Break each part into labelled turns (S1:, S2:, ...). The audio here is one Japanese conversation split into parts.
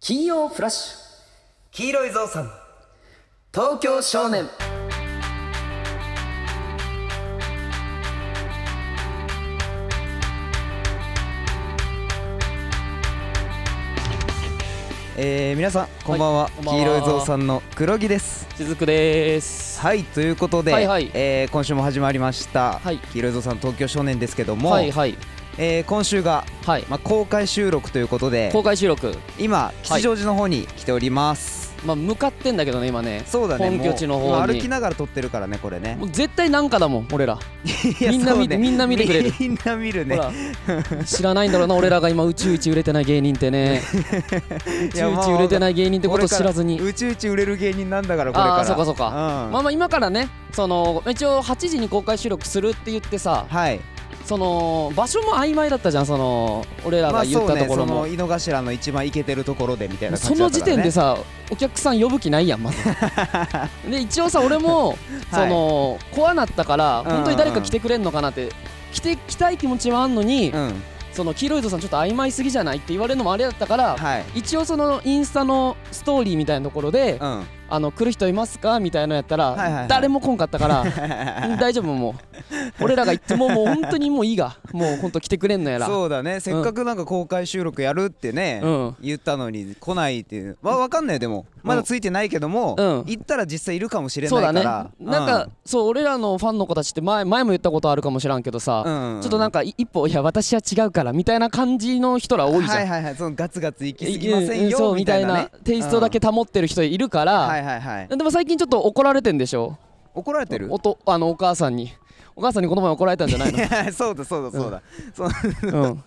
S1: 金曜フラッシュ
S2: 黄色いぞうさん
S1: 東京少年
S2: えー、皆さんこんばんは、
S3: はいこんばん
S2: 黄
S3: は
S2: 色いぞうさんの黒木です
S3: しずくです。
S2: はいということで、
S3: はいはい
S2: えー今週も始まりました、
S3: はい
S2: 黄色いぞうさんの東京少年ですけども、
S3: はいはい
S2: えー今週が、
S3: はい。
S2: まあ、公開収録ということで
S3: 公開収録、
S2: 今吉祥寺の方に来ております、
S3: まあ向かってんだけどね今ね。
S2: そうだね
S3: 本拠地の方に
S2: もう歩きながら撮ってるからねこれね
S3: もう絶対なんかだもん俺ら。
S2: いや
S3: みんな見
S2: そうね
S3: みんな見てくれる
S2: みんな見るね
S3: ほ ら知らないんだろうな俺らが今宇宙一売れてない芸人ってね。宇宙一売れてないい芸人ってこと知らずに。
S2: 宇宙一売れる芸人なんだからこれから
S3: ああーそうかそうか。
S2: うん
S3: まあまあ今からねその一応8時に公開収録するって言ってさ
S2: はい
S3: その場所も曖昧だったじゃんその俺ら
S2: ま
S3: が
S2: あ
S3: 言
S2: そ
S3: っ
S2: う
S3: た
S2: ね
S3: とこ
S2: そ
S3: ろも。
S2: の井の頭の一番イケてるところでみたいな感
S3: そ
S2: じだ
S3: の
S2: った
S3: 時
S2: から
S3: 点
S2: ね
S3: でさお客さん呼ぶ気ないやんまず で一応さ俺もその怖なったから
S2: うんうん
S3: 本当に誰か来てくれんのかなって来て来たい気持ちはあんのに
S2: うん
S3: その黄色いぞさんちょっと曖昧すぎじゃないって言われるのもあれだったから
S2: はい
S3: 一応そのインスタのストーリーみたいなところで
S2: うん
S3: 「あの来る人いますか?」みたいなのやった
S2: はいはいは
S3: ら
S2: い
S3: 誰も来んかったから うん大丈夫もう俺らが行ってももう本当にもういいがもう本当来てくれんのやら
S2: そうだねせっかくなんか公開収録やるってね、
S3: うん
S2: 言ったのに来ないっていうわ分かんないよでもまだついてないけども、
S3: うん
S2: 行ったら実際いるかもしれな
S3: そ
S2: いうか
S3: だね
S2: ら
S3: なんか、そう俺らのファンの子たちって前前も言ったことあるかもしらんけどさ、
S2: うんうん
S3: ちょっとなんかい一歩いや私は違うからみたいな感じの人ら多いじゃん、
S2: はいはいはいそのガツガツ行き過ぎませ
S3: うんんそ
S2: よ
S3: う
S2: み
S3: み
S2: た
S3: た
S2: い
S3: い
S2: な,、ね
S3: なテイストだけ保ってる人いるか
S2: う
S3: ら、
S2: んはいはいはい
S3: でも最近ちょっと怒られてんでしょ
S2: 怒られてる
S3: おとあのお母さんにお母さんにこの前怒られたんじ ゃない
S2: そうだそうだそうだ、
S3: の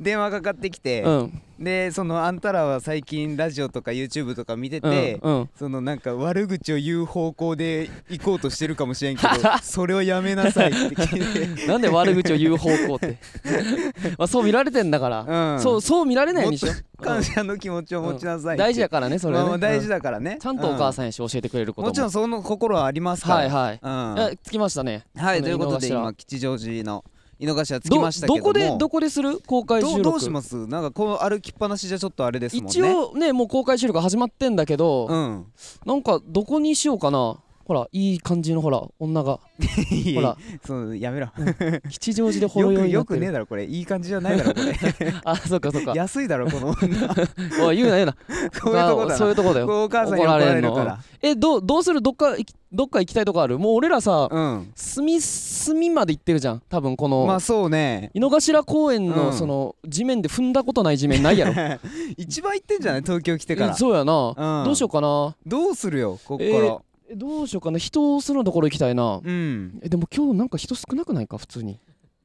S2: 電話かかってきて、
S3: うんうん
S2: でそのあんたらは最近ラジオとか YouTube とか見てて、
S3: うんうん
S2: そのなんか悪口を言う方向で行こうとしてるかもしれん けどそれをやめなさいって聞いて
S3: なんで悪口を言う方向って まあそう見られてんだから、
S2: うん
S3: そうそう見られない
S2: も
S3: ん
S2: っ
S3: でし
S2: と
S3: ょ
S2: 感謝の気持ちを持ちなさいって、
S3: 大事やからねそれはね、
S2: まあ、大事
S3: だ
S2: だからね、
S3: ちゃんとお母
S2: さ
S3: さんやし教えてくれることも、
S2: もちろんその心はありますから
S3: はいはい
S2: は
S3: え着きましたね。
S2: うん、はいということで
S3: この井の
S2: 今吉祥寺の井の頭着き
S3: 頭
S2: ましたけども
S3: どこでどこでする公開収
S2: どう
S3: 録？
S2: どうしますなんかこう歩きっぱなしじゃちょっとあれですもんね
S3: 一応ねもう公開収録始まってんだけど、
S2: うん
S3: なんかどこにしようかな。ほらいい感じのほら女が
S2: ほ
S3: ほら
S2: そうやめろ
S3: 吉祥寺でほ
S2: よく
S3: ろ酔いにな
S2: よ
S3: って
S2: く
S3: る。
S2: ねえだろこれいい感じじゃないだろこれ
S3: あそっかそっか。
S2: 安いだろこの女
S3: おい言うな言うな。
S2: こういうとこだ
S3: そうい
S2: な
S3: うとこだよ。
S2: こうお母さんに怒られるから
S3: えどうどうするどっか行きどっか行きたいとこある？もう俺らさ
S2: うん
S3: 隅隅まで行ってるじゃん。多分この、
S2: まあそうね
S3: 井の頭公園の、
S2: うん
S3: その地面で踏んだことない地面ない やろ。
S2: 一番行ってんじゃない東京来てから
S3: えそうやな、
S2: うん
S3: どうしようかな。
S2: どうするよこっか
S3: え
S2: ら
S3: ーえどうしようかな人をするのところ行きたいな、
S2: うん
S3: えでも今日なんか人少なくないか普通に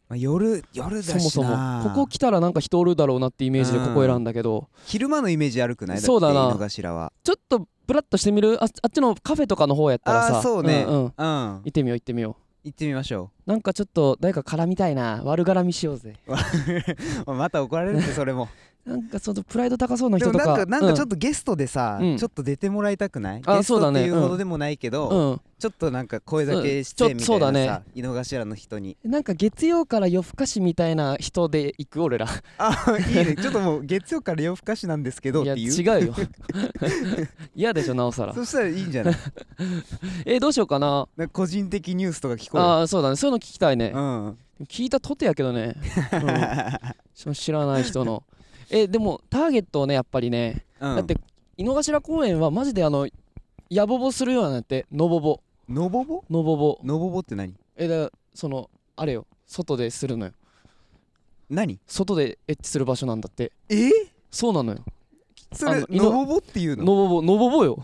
S2: まあ夜夜
S3: そ
S2: だ
S3: も
S2: しな
S3: そもここ来たらなんか人おるだろうなってイメージでここ選んだけど、
S2: 昼間のイメージ悪くない
S3: そうだな
S2: って井の頭は
S3: ちょっとブラッとしてみるああっちのカフェとかの方やったら
S2: あ
S3: さ
S2: あそうね
S3: んう
S2: う
S3: ん、
S2: ん行
S3: 行ってみよう行ってみよ
S2: ってみましょ
S3: うなんかちょっと誰か絡みたいな悪絡みしようぜ
S2: う また怒られ るってそれも
S3: なんかそのプライド高そうな
S2: で
S3: 人
S2: も
S3: と
S2: なん
S3: か
S2: かなんかちょっとゲストでさ
S3: うん
S2: ちょっと出てもらいたくない
S3: あ
S2: ゲス
S3: そう
S2: ト
S3: だ
S2: って
S3: ね
S2: いうほどでもないけ
S3: う
S2: ど
S3: ん、うん
S2: ちょっとなんか声だけして
S3: うん
S2: み
S3: ちょ
S2: たい
S3: そうだ
S2: な
S3: ね
S2: さ井の頭の人に
S3: なんか月曜から夜更かしみたいな人で行く俺ら
S2: あいいねちょっともう月曜から夜更かしなんですけどっ
S3: い
S2: て
S3: や
S2: いう
S3: 違うよ 嫌でしょなおさ ら
S2: そしたらいいんじゃない
S3: えどうしようかな
S2: なんか個人的ニュースとか聞こ
S3: ああーそうだねそういうの聞きたいね
S2: えようん
S3: 聞いたとてやけ どね、うん知らない人のえでもターゲットをねやっぱりね、
S2: うん
S3: だって井の頭公園はマジであのやぼぼするようになってのぼぼ
S2: のぼぼ
S3: のぼぼ
S2: のぼぼって何
S3: えだそのあれよ外でするのよ
S2: 何
S3: 外でエッチする場所なんだって
S2: え
S3: そうなのよ
S2: それ
S3: あの井
S2: の
S3: の
S2: ぼぼっていう
S3: の
S2: の
S3: ぼぼのぼぼよ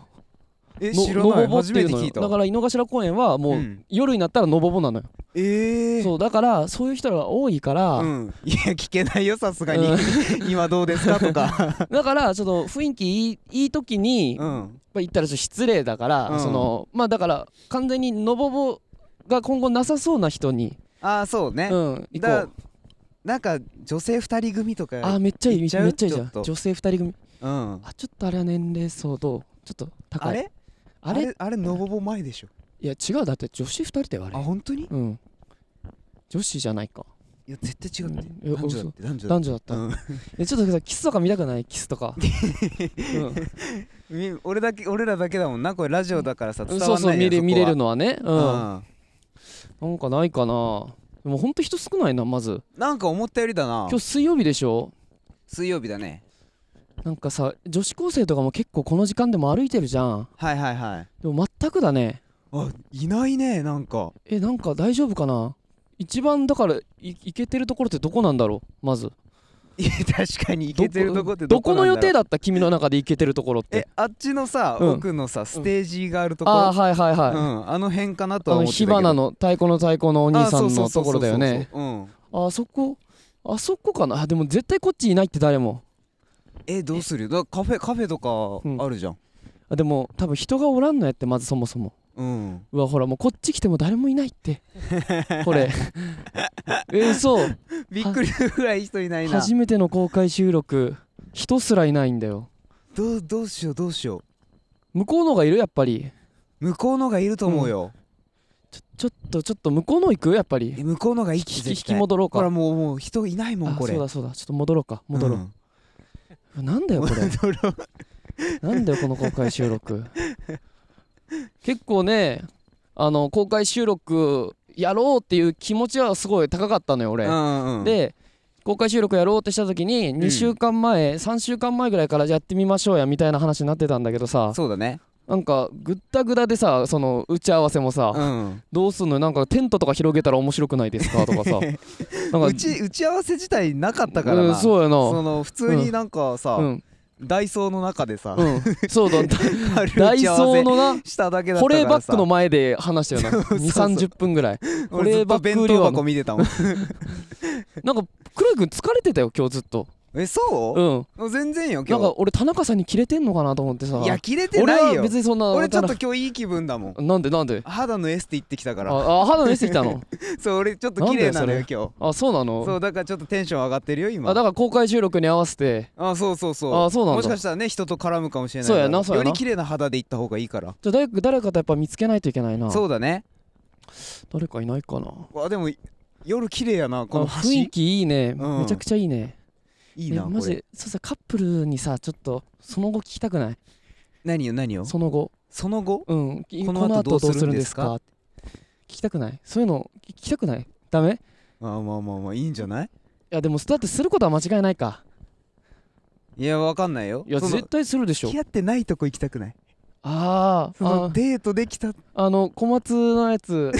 S2: え
S3: の
S2: 知らない
S3: のぼぼっ
S2: 初
S3: て
S2: め
S3: いう
S2: て
S3: の
S2: 聞
S3: よ
S2: いた
S3: だから井の頭公園はもう、
S2: うん
S3: 夜になったらのぼぼなのよ、
S2: ええ
S3: そうだからそういう人が多いから、
S2: うん、いや聞けないよさすがに、
S3: う
S2: 今どうですかと か
S3: だからちょっと雰囲気いいいい時に、
S2: うん
S3: まあ、言ったらちょっと失礼だから、
S2: うん
S3: そのまあだから完全にのぼぼが今後なさそうな人に、
S2: ああそう
S3: う
S2: ね
S3: ん、、行こう
S2: だなんか女性二人組と
S3: あ
S2: か
S3: ーめっちゃいい
S2: 行
S3: め
S2: っ
S3: っ
S2: ち
S3: ち
S2: ゃう
S3: ゃいいじ
S2: ち
S3: ゃ
S2: ょっ
S3: ん
S2: と
S3: 女性二人組
S2: うん
S3: あちょっとあれは年齢層とちょっと高い
S2: あれ
S3: あれ
S2: あれあれのぼぼ前でしょ
S3: いや違うだって女子二人だよあれ
S2: あ本当に
S3: うん女子じゃないか
S2: いや絶対違うって
S3: え
S2: 男女だって男女だっ
S3: 男女だった
S2: て、うん
S3: えちょっとさキスとか見たくないキス とか、
S2: み俺だけ俺らだけだもんなこれラジオだからさ
S3: う
S2: 伝
S3: ん、
S2: わん
S3: そう
S2: ない
S3: そう見れ見れるのはねうん、
S2: の
S3: なんかないかなでもほんと人少ないなまず
S2: なんか思ったよりだな
S3: 今日水曜日でしょ
S2: 水曜日だね
S3: なんかさ女子高生とかも結構この時間でも歩いてるじゃん
S2: はいはいはい
S3: でも全くだね
S2: あいないねなんか
S3: えなんか大丈夫かな一番だからいいけてるところってどこなんだろうまず
S2: いや確かに行けてるとこって
S3: どこ
S2: な
S3: の
S2: んだろ
S3: 予
S2: う
S3: 定だった君の中でいけてるところっ
S2: え
S3: て
S2: あっちのさ、
S3: うん
S2: 奥のさステージがあるとこ、
S3: ああはいはいはい、
S2: う
S3: あ
S2: ん、あの辺かなとは
S3: の
S2: 思ってたけ
S3: 火
S2: ど
S3: 花の太鼓の太鼓のお
S2: お
S3: 兄さんのところだよね
S2: うん
S3: あそこあそこかなあでも絶対こっちいないって誰も
S2: えどうするよだカフェカフェと
S3: うん
S2: かあるじゃん
S3: あでも多分人がおらんのやってまずそもそも
S2: うん、
S3: うわほらもうこっち来ても誰もいないって これえ嘘
S2: びっくりするぐらい人いないな
S3: 初めての公開収録人すらいないんだよ
S2: どうどうしようどうしよ
S3: 向こうのがいるやっぱり
S2: う向こうのがいると思うよ、
S3: ちょちょっとちょっと向こうの行くやっぱ
S2: え
S3: り
S2: 向こうのが
S3: 引
S2: 一
S3: き
S2: 気
S3: 引
S2: 絶
S3: き
S2: 対
S3: 戻ろう
S2: ほら
S3: か
S2: もうもう人いないもん
S3: あ
S2: これ
S3: そうだそうだちょっと戻ろうか戻ろう、
S2: ん
S3: なんだよこれなんだよこの公開収録結構ねあの公開収録やろうっていう気持ちはすごい高かったのよ俺、
S2: うんうん、
S3: で公開収録やろうってした時に2週間前、3週間前ぐらいからやってみましょうやみたいな話になってたんだけどさ
S2: そうだね
S3: なんかぐったぐだでさその打ち合わせもさ、
S2: うん
S3: どうすんのなんかテントとか広げたら面白くないですかと かさなんか
S2: 打ち打ち合わせ自体なかったからな、
S3: うんそうやな
S2: その普通になんかさ、
S3: うん
S2: ダイソーの中でさ、
S3: うんそうだ
S2: ある
S3: ダ
S2: 打
S3: イ
S2: ち合
S3: ソ
S2: わ
S3: ー
S2: せ
S3: のな
S2: しただけだっ
S3: 保
S2: たか
S3: 冷バ
S2: ら
S3: ッ
S2: さ
S3: グの前で話した よな
S2: そうそう
S3: 2 3 0分ぐらい
S2: 俺ずっと弁当箱見て たもん
S3: なんか黒井君疲れてたよ今日ずっと
S2: えそうう、
S3: ん
S2: 全然よ
S3: な
S2: 今
S3: ん
S2: 日
S3: か俺田中さんにキレてんのかなと思ってさ
S2: いや切れてない
S3: 俺は
S2: よ
S3: 別にそんな
S2: 俺ちょっと今日いい気分だもん
S3: なんでなんで
S2: 肌のエステ行ってきたから
S3: ああ肌のエステ来たの
S2: そう俺ちょっと綺麗なのよ
S3: なん
S2: 今日
S3: あそうな
S2: そ
S3: の
S2: うだからちょっとテンション上がってるよ今
S3: あだから公開収録に合わせて
S2: あそうそうそう
S3: あそうなんだ
S2: もしかしたらね人と絡むかもしれない
S3: そうやな
S2: から
S3: そうやな
S2: より綺麗な肌で行った方がいいから
S3: じゃあ誰か誰かとやっぱ見つけないといけないな
S2: そうだね
S3: 誰かいないかな
S2: わでも夜綺麗やなこ
S3: あ
S2: の橋
S3: 雰囲気いいね
S2: うん
S3: めちゃくちゃいいね
S2: いいな
S3: えマ
S2: これ
S3: ジそうさカップルにさちょっとその後聞きたくない
S2: 何よ何よ
S3: その後
S2: その後
S3: うん、い
S2: こ
S3: こ
S2: の
S3: の
S2: 後ど
S3: 後ど
S2: うす
S3: う
S2: るん
S3: するん
S2: で
S3: ですす
S2: か
S3: か聞きたくないそういうの聞きたくないダメい
S2: あまあまあまあいいんじゃない
S3: やでもだってすることは間違いないか
S2: いやわかんないよ
S3: いや
S2: その
S3: 絶対するでしょ
S2: 付き合ってないとこ行きたくない
S3: あ
S2: そ
S3: ーあ
S2: の
S3: ー
S2: デートできた
S3: あの小松のやつ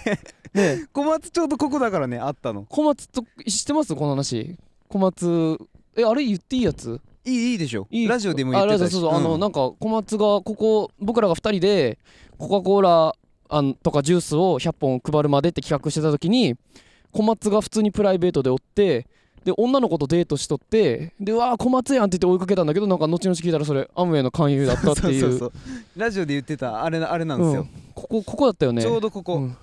S3: ねえ
S2: 小松ちょうどここだからねあったの
S3: 小松と知ってますこの話小松えあれ言っていいやつ
S2: いいいいでしょ
S3: いい
S2: ラジオでも言ってた
S3: あラ
S2: し
S3: ジオそうそう、あのなんか小松がここ僕らが2人でコカ・コーラあんとかジュースを100本配るまでって企画してた時に小松が普通にプライベートでおってで女の子とデートしとってでうわー小松やんって言って追いかけたんだけどなんか後々聞いたらそれアムウェイの勧誘だったって
S2: そう
S3: い
S2: そううそうラジオで言ってたあれなあれなんです
S3: う
S2: よ
S3: んここここだったよね
S2: ちょうどここ、
S3: うん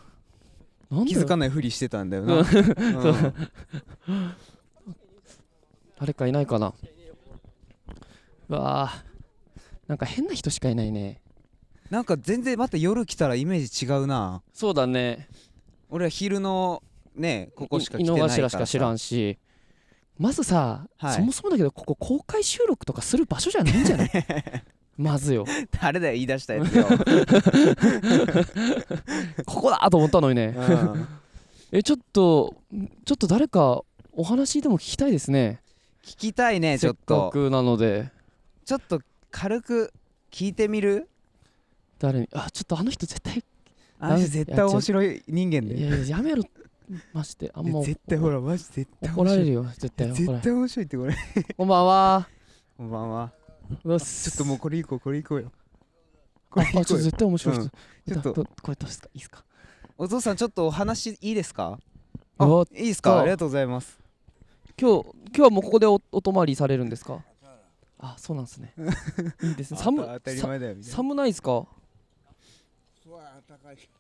S3: なんだ
S2: 気
S3: よ
S2: づかないふりしてたんだよな、
S3: うん
S2: うん
S3: 誰かいないかなうわーなんか変な人しかいないね
S2: なんか全然また夜来たらイメージ違うな
S3: そうだね
S2: 俺は昼のねここしか来
S3: い
S2: て
S3: 井
S2: な
S3: の
S2: いから
S3: 頭しか知ら
S2: ん
S3: んしまずさ、
S2: はい
S3: そもそもだけどここ公開収録とかする場所じゃないんじゃない まずよ
S2: 誰だよ言い出したや つよ、
S3: ここだと思ったのにね
S2: うん
S3: えちょっとちょっと誰かお話でも聞きたいですね
S2: 聞きたいねち
S3: せ
S2: ょ
S3: っ
S2: っ
S3: か
S2: と
S3: くなので
S2: ちょっと軽く聞いてみる
S3: 誰にあちょっとあの人絶対
S2: あの人
S3: なん
S2: 絶対面白い人間
S3: い
S2: で
S3: やいややめろましてあんま
S2: 絶対ほらマジ絶対
S3: 怒
S2: 面
S3: ら
S2: 白
S3: れ
S2: い
S3: るよ絶対怒ら
S2: 絶
S3: れる
S2: 対面白いってこれ
S3: こんばんは
S2: こんばんは
S3: うわ
S2: ちょっともうこれいこうこれいこうよこ
S3: あ
S2: れ
S3: あ
S2: い
S3: ちょっ
S2: ことうよ
S3: 絶対面白い、
S2: うん
S3: ち
S2: ちょっと
S3: これどうですかいいですか
S2: お父さんちょっとお話いいですかあ
S3: うわ
S2: いいです
S3: どう
S2: かありがとうございます
S3: 今日今日はもうここでおお泊まりされるんですかあそうなんで すねいいですね寒
S2: あ当たり前だよみた
S3: さ
S2: いな
S3: 寒ないですか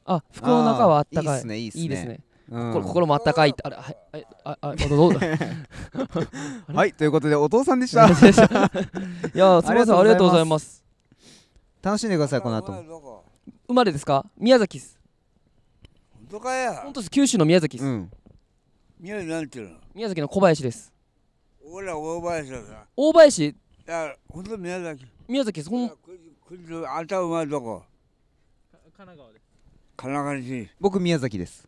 S3: あ服の中はあったかい
S2: あーいいっすねいい
S3: い
S2: っ
S3: ですす
S2: ね
S3: ね
S2: うん
S3: これ心もあったかいってあれはいはいあああど うぞ
S2: はいということでお父さんでした
S3: いやすみません
S2: あ
S3: あ
S2: り
S3: り
S2: が
S3: が
S2: と
S3: と
S2: うご
S3: うご
S2: ざ
S3: ざ
S2: いま
S3: います
S2: 楽しんでくださいこの後も
S4: どこ
S3: 生まれですか宮崎です
S4: どこや
S3: 本当です九州の宮崎で
S2: う
S3: す、
S2: ん
S4: 宮城なんていうの
S3: 宮崎の小林です
S4: 俺ら大林だな。
S3: 大林
S4: だから、ほんと宮崎。
S3: 宮崎ですほん
S4: くあんたはどこ神奈川です。神奈川市。
S2: 僕宮崎です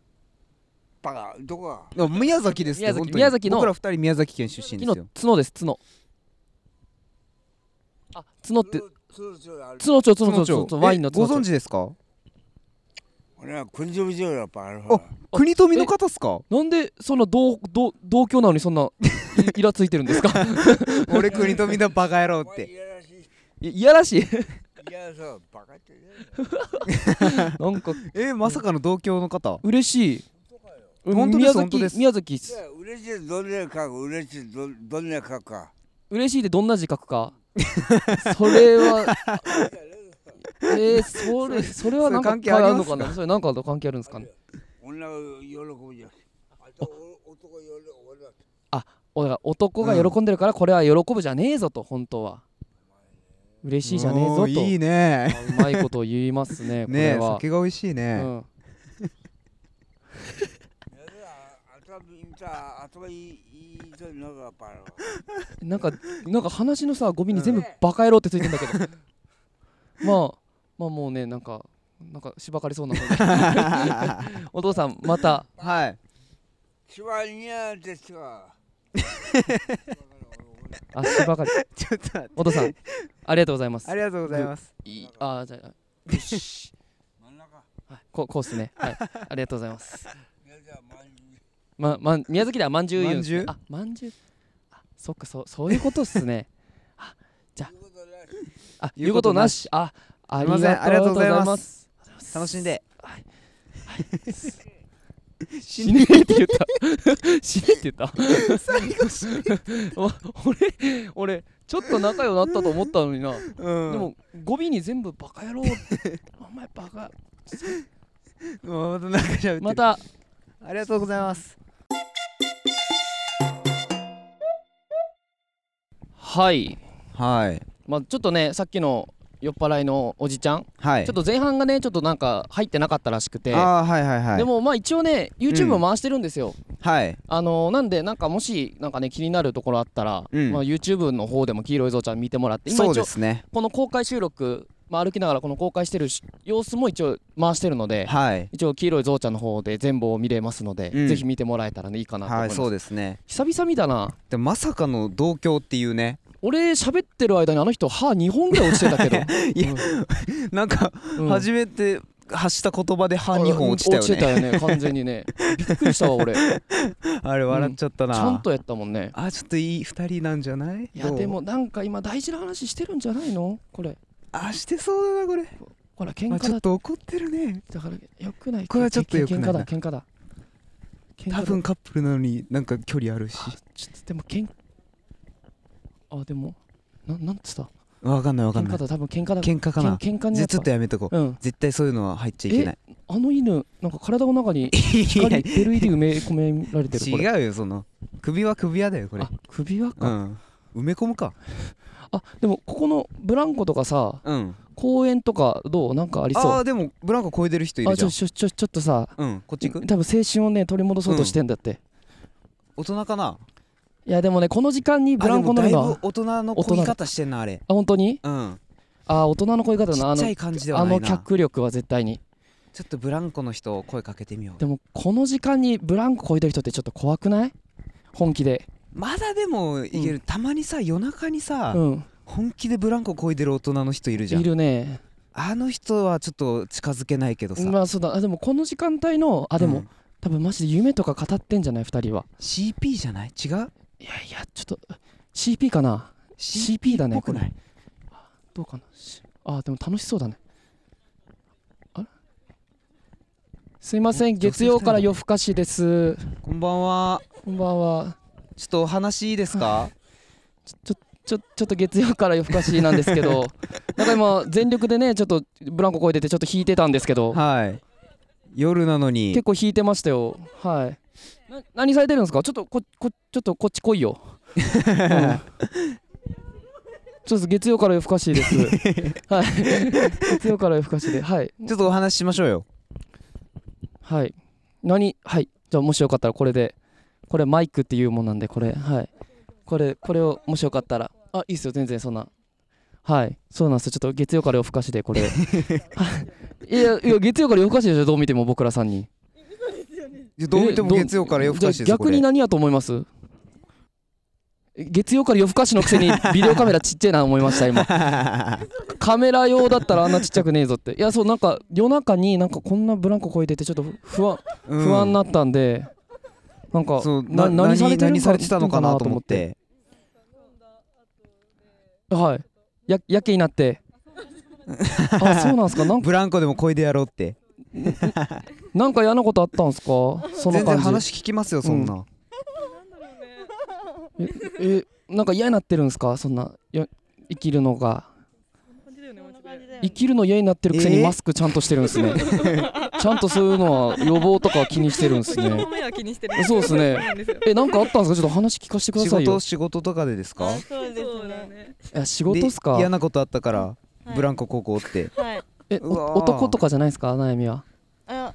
S4: バカ、どこが
S2: でも宮崎ですって
S3: 宮崎
S2: 本当に
S3: 宮崎の
S2: 僕ら二人宮崎県出身
S3: 木
S2: で
S3: の
S2: すよ
S3: 角です角あ角って
S4: そうそうあれ
S3: 角町角町
S2: その
S3: 角
S2: 町
S3: 町ワインの
S2: えご
S3: 角町
S2: 存知ですか
S4: 俺は国上城やっぱある
S2: あ国富の方っすか
S3: なんでそんな同同同居なのにそんなイイラついて るんですか
S2: 俺国富だバカ野郎
S4: お
S2: っ
S4: 前
S2: て
S4: いやらしい
S3: いいやらしい
S4: いやそうバカって言う
S3: なんか
S2: えまさかの同郷の方
S3: 嬉しい
S2: 本当です
S3: 宮
S2: 本当で
S3: 崎
S2: す
S3: 宮崎っす
S4: なよいや嬉しいどんなに書く嬉しいどどんなに書くか
S3: 嬉しいでどんな字書くかそれはえー、それそれはなんか
S2: それ関係あり
S3: の
S2: ます
S3: か
S2: か
S3: なそれなんかと関係あるんですかね
S4: 女が喜ぶじゃんあとお男喜ぶ俺は
S3: おだから男が喜んでるからこれは喜ぶじゃねえぞと本当は嬉しいじゃねえぞと
S2: おーいいね
S3: あうまいことを言いますねこれ
S2: ねえ
S3: は
S2: 酒が美味しいうね
S3: ん
S4: やだ頭見た頭いいいい人のがパロ
S3: なんかなんか話のさゴミに全部バカ野郎ってついてんだけど、 まあまあもうねなんかなんかしばかりそうなのでお父さんまた
S2: はい
S4: シワニアですが
S3: あしばかり
S2: ちょっと待って
S3: お父さんありがとうございます
S2: ありがとうございます
S3: いいあじゃあよし
S4: 真ん中
S3: はいここうっすねはいありがとうございます
S4: 宮沢真ん中
S3: まま宮崎ではまんじゅう言うんです、ね、
S2: ま
S3: あまんじゅうあそっかそそういうことっすね
S4: ということで
S3: あ言うことなしあありが
S2: すいませんありが
S3: と
S2: と
S3: う
S2: うご
S3: ござ
S2: ざ
S3: い
S2: います
S3: ます
S2: 楽しんで
S3: 死ねって言った。死ねって言った。 わ俺、俺、ちょっと仲良くなったと思ったのにな。で
S2: うん
S3: も、語尾に全部バカ 野郎。お前バカ。
S2: うんまたなんか喋ってる
S3: また、
S2: ありがとうございます
S3: はい。
S2: はい
S3: まあ、ちょっとね、さっきの酔っ払いのおじちゃん、
S2: はい
S3: ちょっと前半がね、ちょっとなんか入ってなかったらしくて。
S2: ああーはいはいはい
S3: でもまあ一応ね YouTube を回してるんですよ、
S2: はい
S3: あのなんでなんかもしなんかね気になるところあったら、
S2: うん
S3: まあ、YouTube の方でも黄色いぞうちゃん見てもらって今
S2: そう
S3: 一
S2: で
S3: 応
S2: すね
S3: この公開収録、まあ、歩きながらこの公開してるし様子も一応回してるので、
S2: はい
S3: 一応黄色いゾウちゃんの方で全部を見れますので、
S2: うん
S3: ぜひ見てもらえたらねいいかなと思い
S2: は
S3: ま
S2: い
S3: す、
S2: そうですね
S3: 久々見たな
S2: でもまさかの同郷っていうね
S3: 俺喋ってる間にあの人歯2本ぐらい落ちてたけ ど
S2: いやなんか
S3: うん
S2: 初めて発した言葉で歯2本落ちたよ
S3: 落ちてた
S2: ね
S3: よね完全にねびっくりしたわ 俺ち
S2: あれ笑っちゃったな
S3: ゃんとやったもんね
S2: あちょっといい2人なんじゃない
S3: いや
S2: どう
S3: でもなんか今大事な話してるんじゃないのこれ
S2: あしてそうだなこれ
S3: ほら喧
S2: あ
S3: 嘩
S2: ちょ
S3: だ
S2: っと怒ってるね
S3: だからよくない
S2: これはちょっと良くないな
S3: 喧嘩だ喧嘩だ喧嘩だ
S2: 多分カップルなのになんか距離あるし
S3: あちょっとでもけんあでもななんつった
S2: わかんないわか
S3: 喧
S2: んな
S3: 嘩
S2: い
S3: だ多分喧嘩だ
S2: 喧嘩かな
S3: けん喧嘩に
S2: じゃ
S3: な
S2: あ
S3: っ
S2: ち
S3: た
S2: ょっとやめとこう
S3: うん
S2: 絶対そういうのは入っちゃいけない
S3: あの犬なんか体の 中に
S2: いや
S3: 光 LED 埋め込められてるこれ
S2: 違うよその首は首輪だよこれ
S3: あ首輪
S2: う
S3: か、
S2: ん埋め込むか
S3: あでもここのブランコとかさ
S2: うん
S3: 公園とかどうなんかありそう
S2: ああでもブランコ超えてる人いる
S3: あ
S2: じ
S3: ち
S2: ゃ
S3: ょ
S2: ん
S3: ちょちょちょっとさ
S2: うんこっち行く
S3: 多分青春をね取り戻そうとしてんだって、
S2: 大人かない
S3: やでもねこの時間にブランコ乗
S2: あ
S3: る
S2: で
S3: の
S2: もだい
S3: はあ
S2: ぶ大人の
S3: 大人
S2: 漕
S3: だ
S2: ぎ方してんなあれ
S3: 本当に
S2: うん
S3: あ大人の声方
S2: ち
S3: なあ
S2: っちゃ
S3: の
S2: い感じで
S3: あ
S2: はない
S3: の
S2: な
S3: 脚力は絶対に
S2: ちょっとブランコの人を声かけてみよう
S3: でもこの時間にブランコこいでる人ってちょっと怖くない本気で
S2: まだでもいける、たまにさ夜中にさ、
S3: うん
S2: 本気でブランコこいでる大人の人いるじゃ
S3: い
S2: ん
S3: るね
S2: あの人はちょっと近づけないけどさ、
S3: まあそうだあでもこの時間帯のあでも、
S2: うん
S3: 多分マジで夢とか語ってんじゃない2人は
S2: CP じゃない違う
S3: いやいやちょっと CP かな
S2: C
S3: CP だ
S2: っ
S3: ね
S2: ぽく
S3: これ
S2: ない
S3: どうかなしあでも楽しそうだねあれすいません
S2: お女性
S3: 月曜から夜更かしです
S2: こんばんは
S3: こんばんは
S2: ちょっとお話いいですか
S3: ちょちょっと月曜から夜更かしなんです けどなんか今全力でねちょっとブランコ声出てちょっと引いてたんですけど
S2: はい夜なのに
S3: 結構引いてましたよはいな何されてるんですかちょっとここちょっとこっち来いよ、 うんちょっと月曜から夜更かしですはい月曜から夜更かしではい
S2: ちょっとお話ししましょうよ
S3: はい何はいじゃあもしよかったらこれでこれマイクっていうもんなんでこれはいこれこれをもしよかったらあいいっすよ全然そんなはいそうなんですよちょっと月曜から夜更かしでこれ はいいやいや月曜から夜更かしでしょどう見ても僕らさんに
S2: いやどう見ても月曜から夜更かしです
S3: じゃあ
S2: よこ
S3: 逆
S2: れ
S3: に何やと思いますえ月曜から夜更かしのくせにビデオカメラちっちゃいな思いました今カメラ用だったらあんなちっちゃくねえぞっていやそうなんか夜中になんかこんなブランコ超えててちょっと不安
S2: うん
S3: 不安になったんで、なんか
S2: そう
S3: な
S2: な何
S3: されてる
S2: 何されてたのかなと思って
S3: はいややけになって あそうなんすかなんか
S2: ブランコでもこいでやろうって
S3: なんか嫌なことあったんすかそんな
S2: 全然
S3: 感じ
S2: 話聞きますよそんな、
S3: えなんか嫌になってるんすかそんなや生きるのが生きるの嫌になってるくせ
S2: え
S3: に
S2: ー
S3: マスクちゃんとしてるんすね、 ちゃんとそういうのは予防とか気にしてるんす
S5: 人
S3: ね
S5: の目は気にしてる。
S3: そうっすね
S5: なんですよ。
S3: えなんかあったんすかちょっと話聞かせてくだ
S2: 仕
S3: さいよ
S2: 事仕事とかでですか
S6: そうです
S5: そうだ
S6: ね。
S5: ね。
S3: いや仕事っすか
S2: で嫌なことあったから、
S6: はい
S2: ブランコ高校って
S6: はい。
S3: え
S2: うわ
S3: お
S2: ー
S3: 男とかじゃないですか悩みは
S6: あ、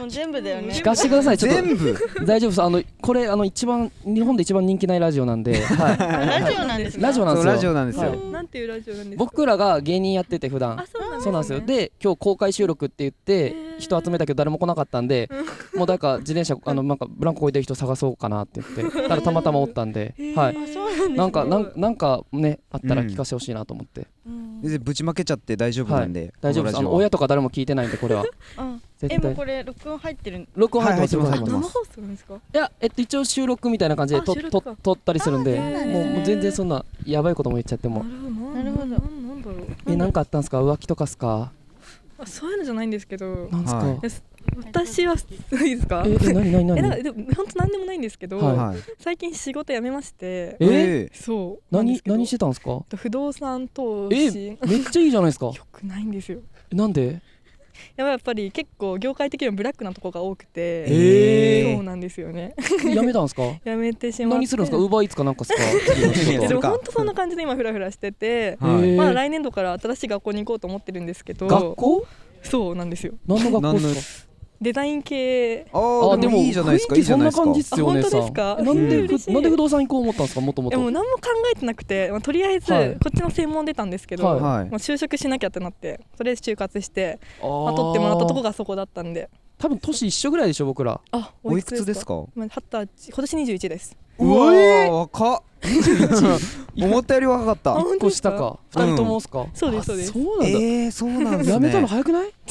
S6: もう全部だよね
S3: 聞。かせてくださいちょっと
S2: 全部
S3: 大丈夫ですあのこれあの一番日本で一番人気ないラジオなんで、は
S6: あラジオなんです
S3: い、
S6: か。
S3: ラジオなん
S2: そう
S3: ですよ
S2: ラジオなんですよ、
S3: はい
S5: なんていうラジオなんですか。
S3: 僕らが芸人やってて普段
S5: あ、そうなんですね。
S3: そうなんですよで今日公開収録って言って
S5: へー
S3: 人集めたけど誰も来なかったん でもうなんか自転車あのなんかブランコ置いてる人探そうかなって言ってたらたまたまおったんで、
S5: へー
S3: はい、
S6: あ、そうなんですね。
S3: なんかなんなんかねあったら
S2: うん
S3: 聞かせてほしいなと思って、
S6: うん
S2: でぶちまけちゃって大丈夫なんで、
S3: 大丈夫ですあ
S2: こ
S3: の
S2: のラ
S3: 親とか誰も聞いてないんでこれは
S6: あえ、
S3: 絶
S6: も
S3: 対
S6: うこれ録音入ってる。
S3: 録音入ってます、
S2: はい入って
S3: 録
S2: ます
S3: 音入ってます
S5: 生放送なんですか。
S3: いや、えっと、一応収録みたいな感じで
S5: あ
S3: と
S5: 収録
S3: と
S5: か
S3: 撮ったりするんで
S5: あそうなんです
S3: もう
S5: ね
S3: もう全然そんなやばいことも言っちゃっても
S5: なるほど。
S6: なるほ
S5: な
S6: ど
S5: んなんだろう。
S3: えなんかあったんすか浮気とかっすか
S5: あ、そういうのじゃないんですけど。
S3: なんすか、
S2: はい
S5: 私はいいですか。
S3: ええなになにな
S5: え、なんか
S3: に
S5: でも本当なんでもないんですけど、
S3: は
S2: ジオははい
S5: 最近仕事辞めまして、
S3: え
S2: え
S5: そう。なんで
S3: 何
S5: すけど
S3: 何してたんすか
S5: えっと不動産投
S3: え
S5: 資よ
S3: めっちゃいいじゃない ですか
S5: くないんですよ。
S3: なんで
S5: やっぱやっぱり結構業界的にもブラックなとこが多くて、
S2: えー
S5: そうなんですよね。
S3: やめたんすか
S5: 辞めてしまって。
S3: 何するんすかウーバーイーツかなんかっすか次の仕
S2: い
S5: いや
S2: やそ
S3: 事
S5: でも
S2: れか
S5: 本当そんな感じで今フラフラしてて、
S2: はい
S3: えー
S5: まあ来年度から新しい学校に行こうと思ってるんですけど、
S3: 学校
S5: そうなんですよ。
S3: 何の学校っ
S2: 何の
S3: す
S5: デザイン系
S2: あーでもいいじゃないですかい
S3: 雰
S2: い
S3: 囲気
S2: じゃ
S3: そん
S2: ないで
S3: な
S2: すか
S3: 感じっすよね
S5: あ本当ですか
S3: さあなんで
S5: うん嬉しい
S3: なんで不動産行こう思ったんすかもとも
S5: えも
S3: と
S5: う何も考えてなくて、まあ、とりあえずこ
S3: はい
S5: っちの専門出たんですけど、
S3: は
S2: は
S3: い
S2: い
S5: まあ、就職しなきゃってなってとりあえず就活して、まあ、
S3: 雇
S5: 取ってもらったとこがそこだったんで
S3: 多分年一緒ぐらいでしょ僕ら
S5: あ
S2: おいくつですか
S5: まあ、二十歳今年21です
S2: うわー若っ思ったより若かった
S5: あ本
S3: 一
S5: 当
S3: 個
S5: です
S3: 下
S5: か
S3: か
S2: うん
S3: 二人ともっすか
S5: そうです
S3: あ
S5: そうです
S3: そうなんだ
S2: えー、そうなんですね
S3: やめたの早くない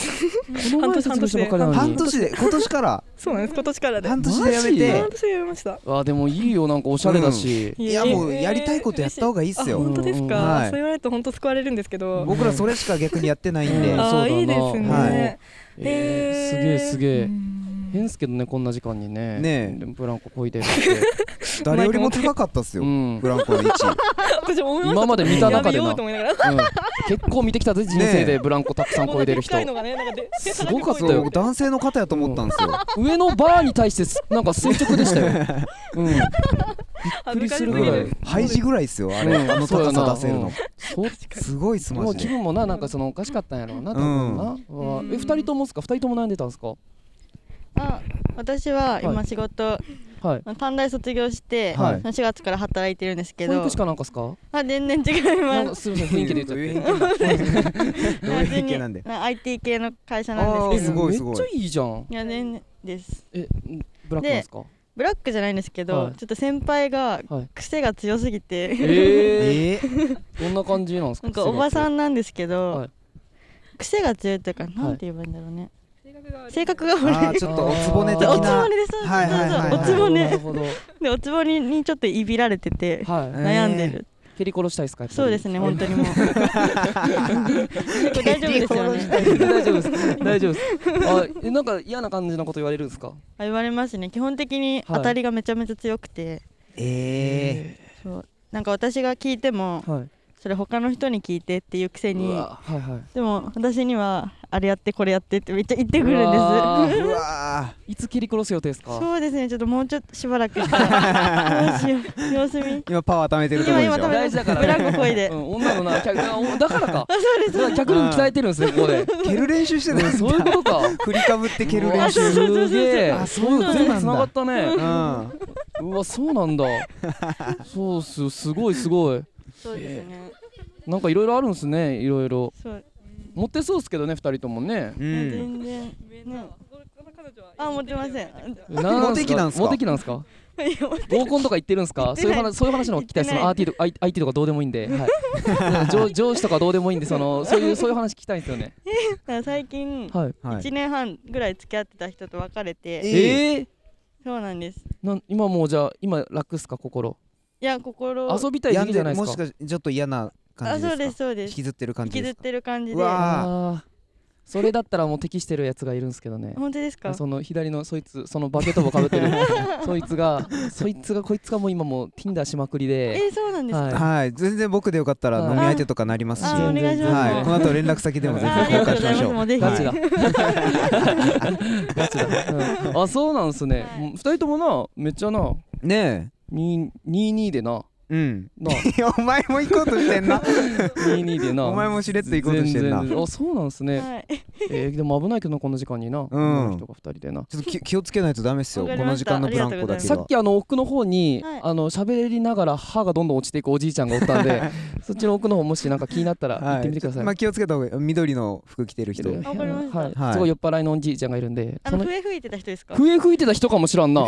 S3: この前卒業したばっかりなのに
S2: 半年で今年から
S5: そうなんです今年からで
S2: 半年でやめ
S3: マ
S2: て
S5: 半年でやめました
S3: あでもいいよなんかおしゃれだし、
S2: いや
S5: え
S2: もうやりたいことやった方がいいっす
S5: あ
S2: よ
S5: 本当ですか、
S2: うんはい
S5: そう言われると本当救われるんですけど、
S2: 僕らそれしか逆にやってないんで
S3: うん
S5: あ
S3: そうだな
S5: あいいですね、
S2: はい
S5: えー
S3: すげえすげ
S5: う
S3: え
S5: ん
S3: 変っすけどねこんな時間にね
S2: ねえ
S3: でもブランコこいでるっ
S2: 誰よりも高かったっす
S3: て、
S2: よ、
S3: うん
S2: ブランコの位置
S5: 私も思いました
S3: 今まで見た中で
S5: やめ
S3: な
S5: ようと思いながら
S3: うん結構見てきたぜ人生でブランコたくさんこいでる人、
S5: こんなでっかいのがねなんかです
S3: すごかった
S2: そう
S3: よ
S2: 男性の方やと思ったんですよ、
S3: 上のバーに対してすなんか垂直でしたよ、うん、びっくりするぐらい、
S2: うんハイジぐらいっすよあれ、
S3: うん
S2: あの
S3: そう
S2: 高
S3: やな
S2: さ出せるの、
S3: そう
S2: すごいっす
S3: も
S2: マ
S3: う
S2: ジ
S3: 気
S2: で
S3: 分もななんかそのおかしかったんやろうな多分な、う
S5: うん
S3: え二人ともっすか二人とも悩んでたんですか
S6: あ、私は
S3: は
S6: 今
S3: い
S6: 仕事、
S3: はい
S6: 短大卒業して、
S2: はい
S6: 4月から働いてるんですけ
S3: 保
S6: ど
S3: 育。士かなんかっすか
S6: あ、全然違い
S3: なん
S6: ま
S3: か
S6: す。
S3: すみません雰囲気で言っちゃって
S2: どういう意見なんで
S6: IT 系の会社なん
S2: あ
S6: で
S2: ー
S6: す
S2: す
S6: けど。
S2: ごいすごい
S3: めっちゃいいじゃん
S6: いや、全然です。
S3: えんブラックなんですか
S6: ブラックじゃないんですけど、
S3: はい
S6: ちょっと先輩が
S3: はい
S6: 癖が強すぎて、
S3: ええ
S2: えー、
S3: どんな感じなんですか
S6: なんかおばさ
S3: ん
S6: んなんですけど、
S3: はい
S6: 癖が強いというかなんて言えばいいんだろうね、性
S5: 性
S6: 格
S5: 格
S6: が
S2: あ
S6: 悪
S2: ー
S6: い
S2: ちょっとおつぼね的
S6: でおつぼ
S2: な
S6: ねですそう
S2: はいはいはいはい
S6: そうそうおつぼ
S3: なる
S6: ね
S3: ほど
S6: でおつぼねにちょっといびられてて
S3: は
S6: 悩んでる、
S3: い蹴り殺したいですかやっぱり
S6: そうですね本当にもうこれ大丈夫ですよね
S3: 大丈夫です大丈夫 ですあえなんか嫌な感じのこと言われるんですか
S6: あ言われますね基本的に
S3: はい
S6: 当たりがめちゃめちゃ強くて、
S2: え
S6: そうなんか私が聞いても
S3: はい
S6: それ他の人に聞いてっていうくせ
S3: う
S6: に
S3: わはいはい
S6: でも私にはあれやってこれやってってめっちゃ言ってくるんで
S3: うわ
S6: す
S3: ー
S2: うわ
S3: いつ切り殺す予定ですか
S6: そうですねちょっともうちょっとしば らくしたらどうしよう様子見
S2: ー今パワー貯めてるとこ
S6: 今
S2: ろで
S6: 今
S2: しょ
S3: 大
S6: 食べ
S3: 事だから
S6: ブラック声で、
S3: う
S6: あ
S3: ん、女のな客がおだから か
S6: そうです
S3: だから客に鍛えてるんですねここ で、
S2: 蹴る練習して
S3: うん
S2: た
S3: そういうことか
S2: 振りかぶって蹴る
S3: うわ
S2: 練習
S6: そう
S3: すげえ
S2: あそういうこと
S3: 全部
S2: なんだ
S3: 繋がったね
S2: うん
S3: うわそうなんだそうっすすごいすごい
S6: そうですね
S3: なんかいろいろあるんすねいろいろ
S6: そう
S3: 持ってそうっすけどね二人ともね
S2: うん
S6: 全然ね
S5: あ、
S6: あ持
S5: 持
S6: っ
S5: ってて
S6: ま
S5: ま
S6: せ
S5: せ
S6: ん
S5: ん。
S3: モ
S2: モテ期なんすか
S3: モテ期なんすか合コンとか行ってるんすか
S6: っ
S3: そ
S6: て
S3: うい
S6: ないう
S3: 話そういう話の方が聞きたいそ
S6: 行って
S3: の
S6: な
S3: アーティと I- IT とかどうでもいいんで、はい、 上上司とかどうでもいいんでそのそういうそういう話聞きたいんですよね
S6: だから 最近
S3: はい
S2: はい
S6: 1年半ぐらい付き合ってた人と別れて、
S2: え
S3: え
S6: そうなんです
S3: ー、なん今もうじゃあ今楽っすか心
S6: いや心
S3: 遊びたいだ
S2: 病ん
S3: けじ
S2: で
S3: ゃない
S2: る
S3: で
S2: も
S3: すか
S2: しかしてちょっと嫌な
S6: あ
S2: 感じ
S6: そう
S2: で
S6: ですすそう
S2: か
S6: で
S2: 引
S6: す
S2: きずってる感
S6: 引
S2: じ
S6: きず
S2: で
S6: っ
S2: すか
S6: てる感じ
S2: う
S6: で
S2: わ
S3: ああそれだったらもう適してるやつがいるんですけどね
S6: 本当ですか
S3: その左のそいつそのバケットをかぶ ってるそいつがそいつがこいつがもう今もう Tinder しまくり
S6: え
S3: で、
S6: ー、そうなんですか、
S3: はい
S2: はい全然僕でよかったら飲み相手とかなりますし
S6: あ
S2: は
S6: ーお願いします、
S2: いこの後連絡先でも全
S6: あーあり
S2: 然
S6: がと
S2: 交
S6: う
S2: 換
S6: ご
S2: し
S6: ざ
S2: ま
S6: い
S2: し
S6: ます
S2: ょう
S6: もうぜひ、
S3: ガチだ ガチだ、うんあそうなんすね、
S6: はい
S3: うん二人ともなめっちゃな
S2: ね
S3: に22でな
S2: えうん
S3: な
S2: いや お前も行こうとして んな
S3: 22でな
S2: お前もしれっと行こうとしてんな
S3: 全
S2: ち
S3: 然あそうなんすね、
S6: はい
S3: えーでも危ないけどなこの時間にな、女の人が二人でな
S2: ょっとき気をつけないとダメっすよ
S6: わ
S2: こ
S6: かり
S2: の
S6: ま
S2: 時
S6: した
S2: 間のブランコだけ
S3: さっ
S2: は
S3: きあの奥の方に、
S6: はい
S3: あの喋りながら歯がどんどん落ちていくおじいちゃんがおった んでそっちの奥の方もしなんか気になったら行ってみてください、
S2: まあ気をつけた方がいい緑の服着てる
S3: け
S2: 人
S3: ど
S6: わかりました
S3: はい
S2: はい
S3: すごい酔っ払いのおじいちゃんがいるんで、
S6: あ
S3: そ
S6: の
S3: の
S6: 笛吹いてた人ですか
S3: 笛吹いてた人かもし らんな。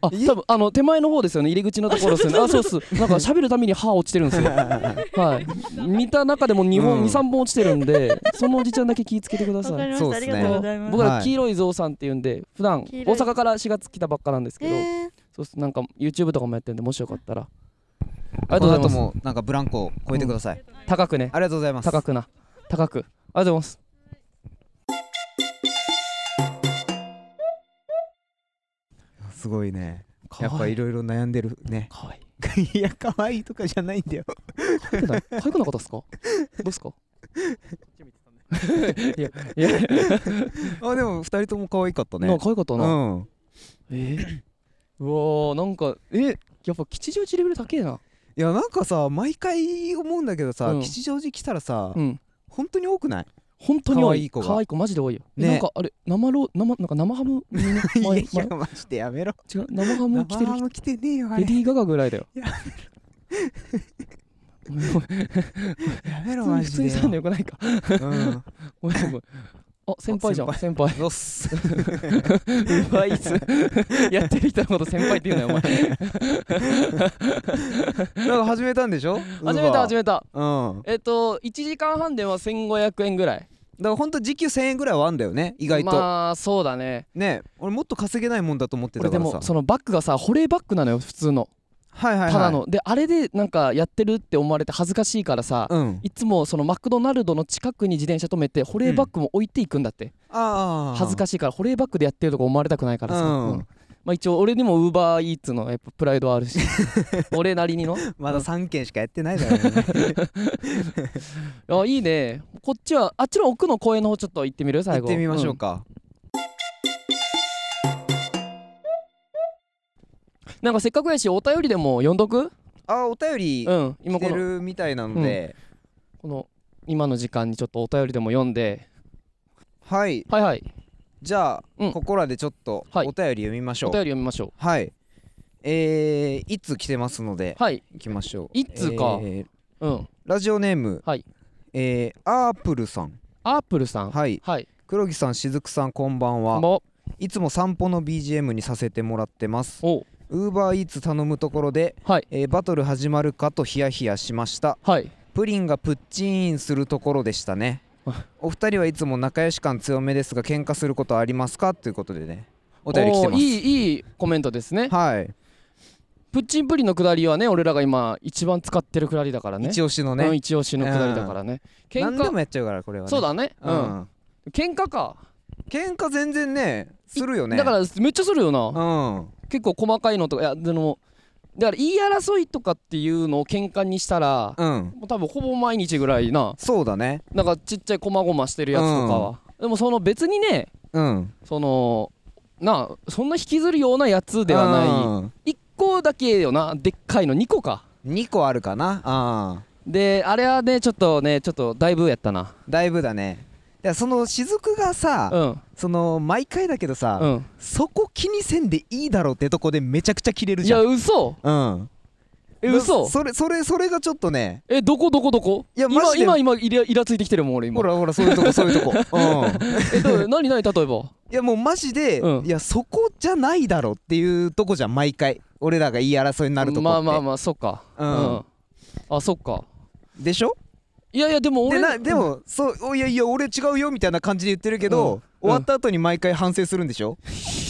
S3: あ、多
S2: え
S3: 分あの手前の方ですよね。入り口のところですよ ね。あ、そうっす。なんか喋るために歯落ちてる んですよ。はい。見た中でも2
S2: う
S3: 本、
S2: ん
S3: 二三本落ちてるんで、そのおじちゃんだけ気ぃつけてくだ
S6: わ
S3: さ
S6: か
S3: い。
S6: りまし
S2: そう
S6: た
S2: です
S6: あり
S2: ね
S6: がとうございます
S3: 僕ら
S2: はい
S3: 黄色いゾウさんっていうんで、普段
S6: 黄
S3: 大
S6: 色い
S3: 阪から4月来たばっかなんですけど、
S6: えー
S3: そうっす。なんか YouTube とかもやってるんで、もしよかったら。ありが
S2: こ
S3: とう
S2: の
S3: ございま
S2: 後
S3: す。
S2: もなんかブランコを越えてください
S3: 高くね。
S2: ありがとうございます
S3: 高くな。高く。ありがとうございます。
S2: すごいね
S3: か
S2: やっぱ
S3: わい
S2: い
S3: い。
S2: ろいろ悩んでるね
S3: かわいい。
S2: いや可愛いとかじゃないんだよ
S3: かわいくない。かわいくなかったっすか。どうっすか。いや、い や、
S2: あでも二人とも可愛かったね
S3: なんか可愛かった
S2: う
S3: な。
S2: ん
S3: えーうわーなんかえやっぱ吉祥寺レベル高えない
S2: やなんかさ毎回思うんだけどさ
S3: うん
S2: 吉祥寺来たらさ
S3: うん
S2: 本当に多くない
S3: 本当に多
S2: 可
S3: い
S2: 愛い子が
S3: 可愛い子マジで多いよ、え
S2: ね
S3: なんかあれ生ロー生なんか生ハムにね
S2: い
S3: 前
S2: やいや
S3: 前
S2: マジでやめろ
S3: 違う生ハム着てる
S2: 生ハム来てねえよあ
S3: レ
S2: れ
S3: ディー・ガガぐらいだよごめん
S2: やめろ
S3: ごめ
S2: マ
S3: ん
S2: ジ
S3: 普通
S2: で
S3: に
S2: よ
S3: さんでよくないか
S2: うん
S3: ごめんごめんあ先輩じゃ ん
S2: あ
S3: 先輩
S2: おっす
S3: うまいっす やってる人のこと先輩って言うなよお前
S2: なんか始めたんでしょ
S3: 始めた始
S2: め
S3: めた
S2: うん
S3: えっと1時間半では1500円ぐらい
S2: だからほんと時給1000円ぐらいはあんだよね意外と
S3: まあそうだね
S2: ね俺もっと稼げないもんだと思って
S3: 俺
S2: た
S3: で
S2: から
S3: も
S2: さ
S3: そのバッグがさ保冷バッグなのよ普通の
S2: はいはいはい
S3: ただのであれでなんかやってるって思われて恥ずかしいからさ、
S2: うん
S3: いつもそのマクドナルドの近くに自転車止めて保冷バッグも置いていくんだって、
S2: ああ
S3: 恥ずかしいから保冷バッグでやってるとか思われたくないからさ、
S2: うん
S3: うんまあ一応俺にもウーバーイーツのやっぱプライドはあ るし俺なりにの
S2: まだ3件しかやってないだろうね
S3: あいいねこっちはあっちの奥の公園の方ちょっと行ってみる
S2: 行
S3: 最後
S2: ってみましょう、か
S3: うんなんかせっかくやしお便りでも読んどく
S2: あお便り
S3: うん今
S2: 来
S3: こ
S2: て
S3: の
S2: るみたいなので
S3: この今の時間にちょっとお便りでも読んで
S2: はい
S3: はいはい
S2: じゃあ
S3: うん
S2: ここらでちょっとお
S3: は
S2: 便
S3: い
S2: り読みまし
S3: お
S2: ょ
S3: 便
S2: う
S3: り読みましょ
S2: はいえーいつ来てますので
S3: うはい
S2: 行きましょう
S3: 一通か
S2: えー
S3: うん
S2: ラジオネーム
S3: はい
S2: えーアープルさん
S3: アープルさん
S2: はい
S3: はい
S2: 黒木さんしずくさんこんばん
S3: こ
S2: は
S3: んばんはい
S2: つも散歩の BGM にさせてもらってます
S3: おう
S2: ウーバーイーツ頼むところで、
S3: はい
S2: えーバトル始まるかとヒヤヒヤしました
S3: はい
S2: プリンがプッチーンするところでした ね
S3: あ
S2: お二人はいつも仲良し感強めですが喧嘩することありますかということでねお便り来てま
S3: おー
S2: す
S3: いいいいコメントですね
S2: はい、
S3: プッチンプリンのくだりはね俺らが今一番使ってるくだりだからね
S2: 一押しの
S3: うん
S2: ね
S3: 一押しのくだりだからね喧
S2: 何で
S3: 嘩、
S2: もやっちゃうからこれは、ね、
S3: そうだねう、
S2: うんん
S3: 喧嘩か
S2: 喧嘩全然ねするよね
S3: だからめっちゃするよな
S2: うん
S3: 結構細かいのとかいやでもだから言い争いとかっていうのを喧嘩にしたら、
S2: うん
S3: もう多分ほぼ毎日ぐらいな
S2: そうだね
S3: なんかちっちゃいこまごましてるやつとかは、でもその別にね
S2: うん
S3: そのなあそんな引きずるようなやつではない
S2: い
S3: 1個だけよなでっかいの2個か
S2: 2個あるかなあ
S3: であれはねちょっとねちょっとだいぶやったな
S2: ーだいぶだねいやその雫がさ、
S3: うん
S2: その毎回だけどさ、
S3: うん
S2: そこ気にせんでいいだろってとこでめちゃくちゃ切れる
S3: い
S2: じゃ
S3: や
S2: ん
S3: 嘘
S2: うん
S3: え嘘
S2: それそれそれがちょっとね
S3: えどこどこどこ
S2: いやマジで
S3: 今今今イライラついてきてるもん俺今
S2: ほらほらそういうとこそういうとこう ん
S3: えどう 何何例えば
S2: いやもうマジで、
S3: うん
S2: いやそこじゃないだろっていうとこじゃん毎回俺らが言い争いになるとこって
S3: まあまあまあそっか
S2: うん
S3: あそっか
S2: でしょ
S3: いやいやでも
S2: で
S3: 俺
S2: なでも、そうおいやいや俺違うよみたいな感じで言ってるけど、
S3: うん
S2: 終わった後に毎回反省するんでしょ、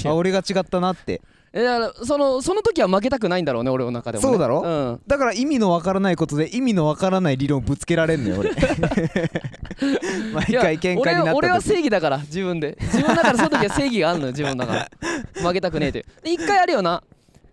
S3: や
S2: あ俺が違ったなって
S3: えだからそのその時は負けたくないんだろうね俺の中でもね、
S2: そうだろ
S3: うん
S2: だから意味のわからないことで意味のわからない理論ぶつけられんのよ 俺毎
S3: いや
S2: 回喧嘩になった
S3: 俺
S2: 時
S3: は俺は正義だから自分で自分だからその時は正義があるのよ自分だから負けたくねえというで一回あれよな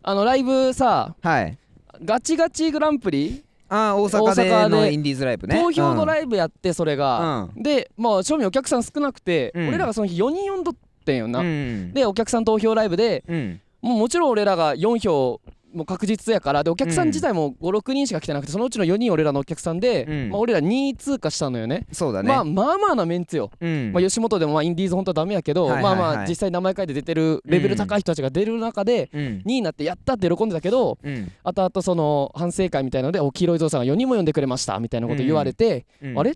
S3: あのライブさ
S2: はい
S3: ガチガチグランプリ、
S2: あー大阪で
S3: 大阪で
S2: のインディーズライブね
S3: 投票の
S2: イ
S3: ライブやってそれが、でまあ正味お客さん少なくて、
S2: うん
S3: 俺らがその日4人呼んどってんよな、
S2: うん
S3: でお客さん投票ライブで
S2: うん
S3: もうもちろん俺らが4票もう確実やからでお客さん自体も56人しか来てなくてそのうちの4人俺らのお客さんで、
S2: うん
S3: まあ、俺ら2位通過したのよね
S2: そうだね
S3: まあまあまあなメンツよ、
S2: うん
S3: まあ、吉本でもまあインディーズ本当はダメやけど、
S2: はいはいはい
S3: まあまあ実際名前書いて出てるレベル高い人たちが出る中で
S2: うん
S3: 2位になってやったって喜んでたけど
S2: うん
S3: あとあとその反省会みたいので「お黄色いぞうさんが4人も呼んでくれました」みたいなこと言われて、
S2: うん
S3: あれ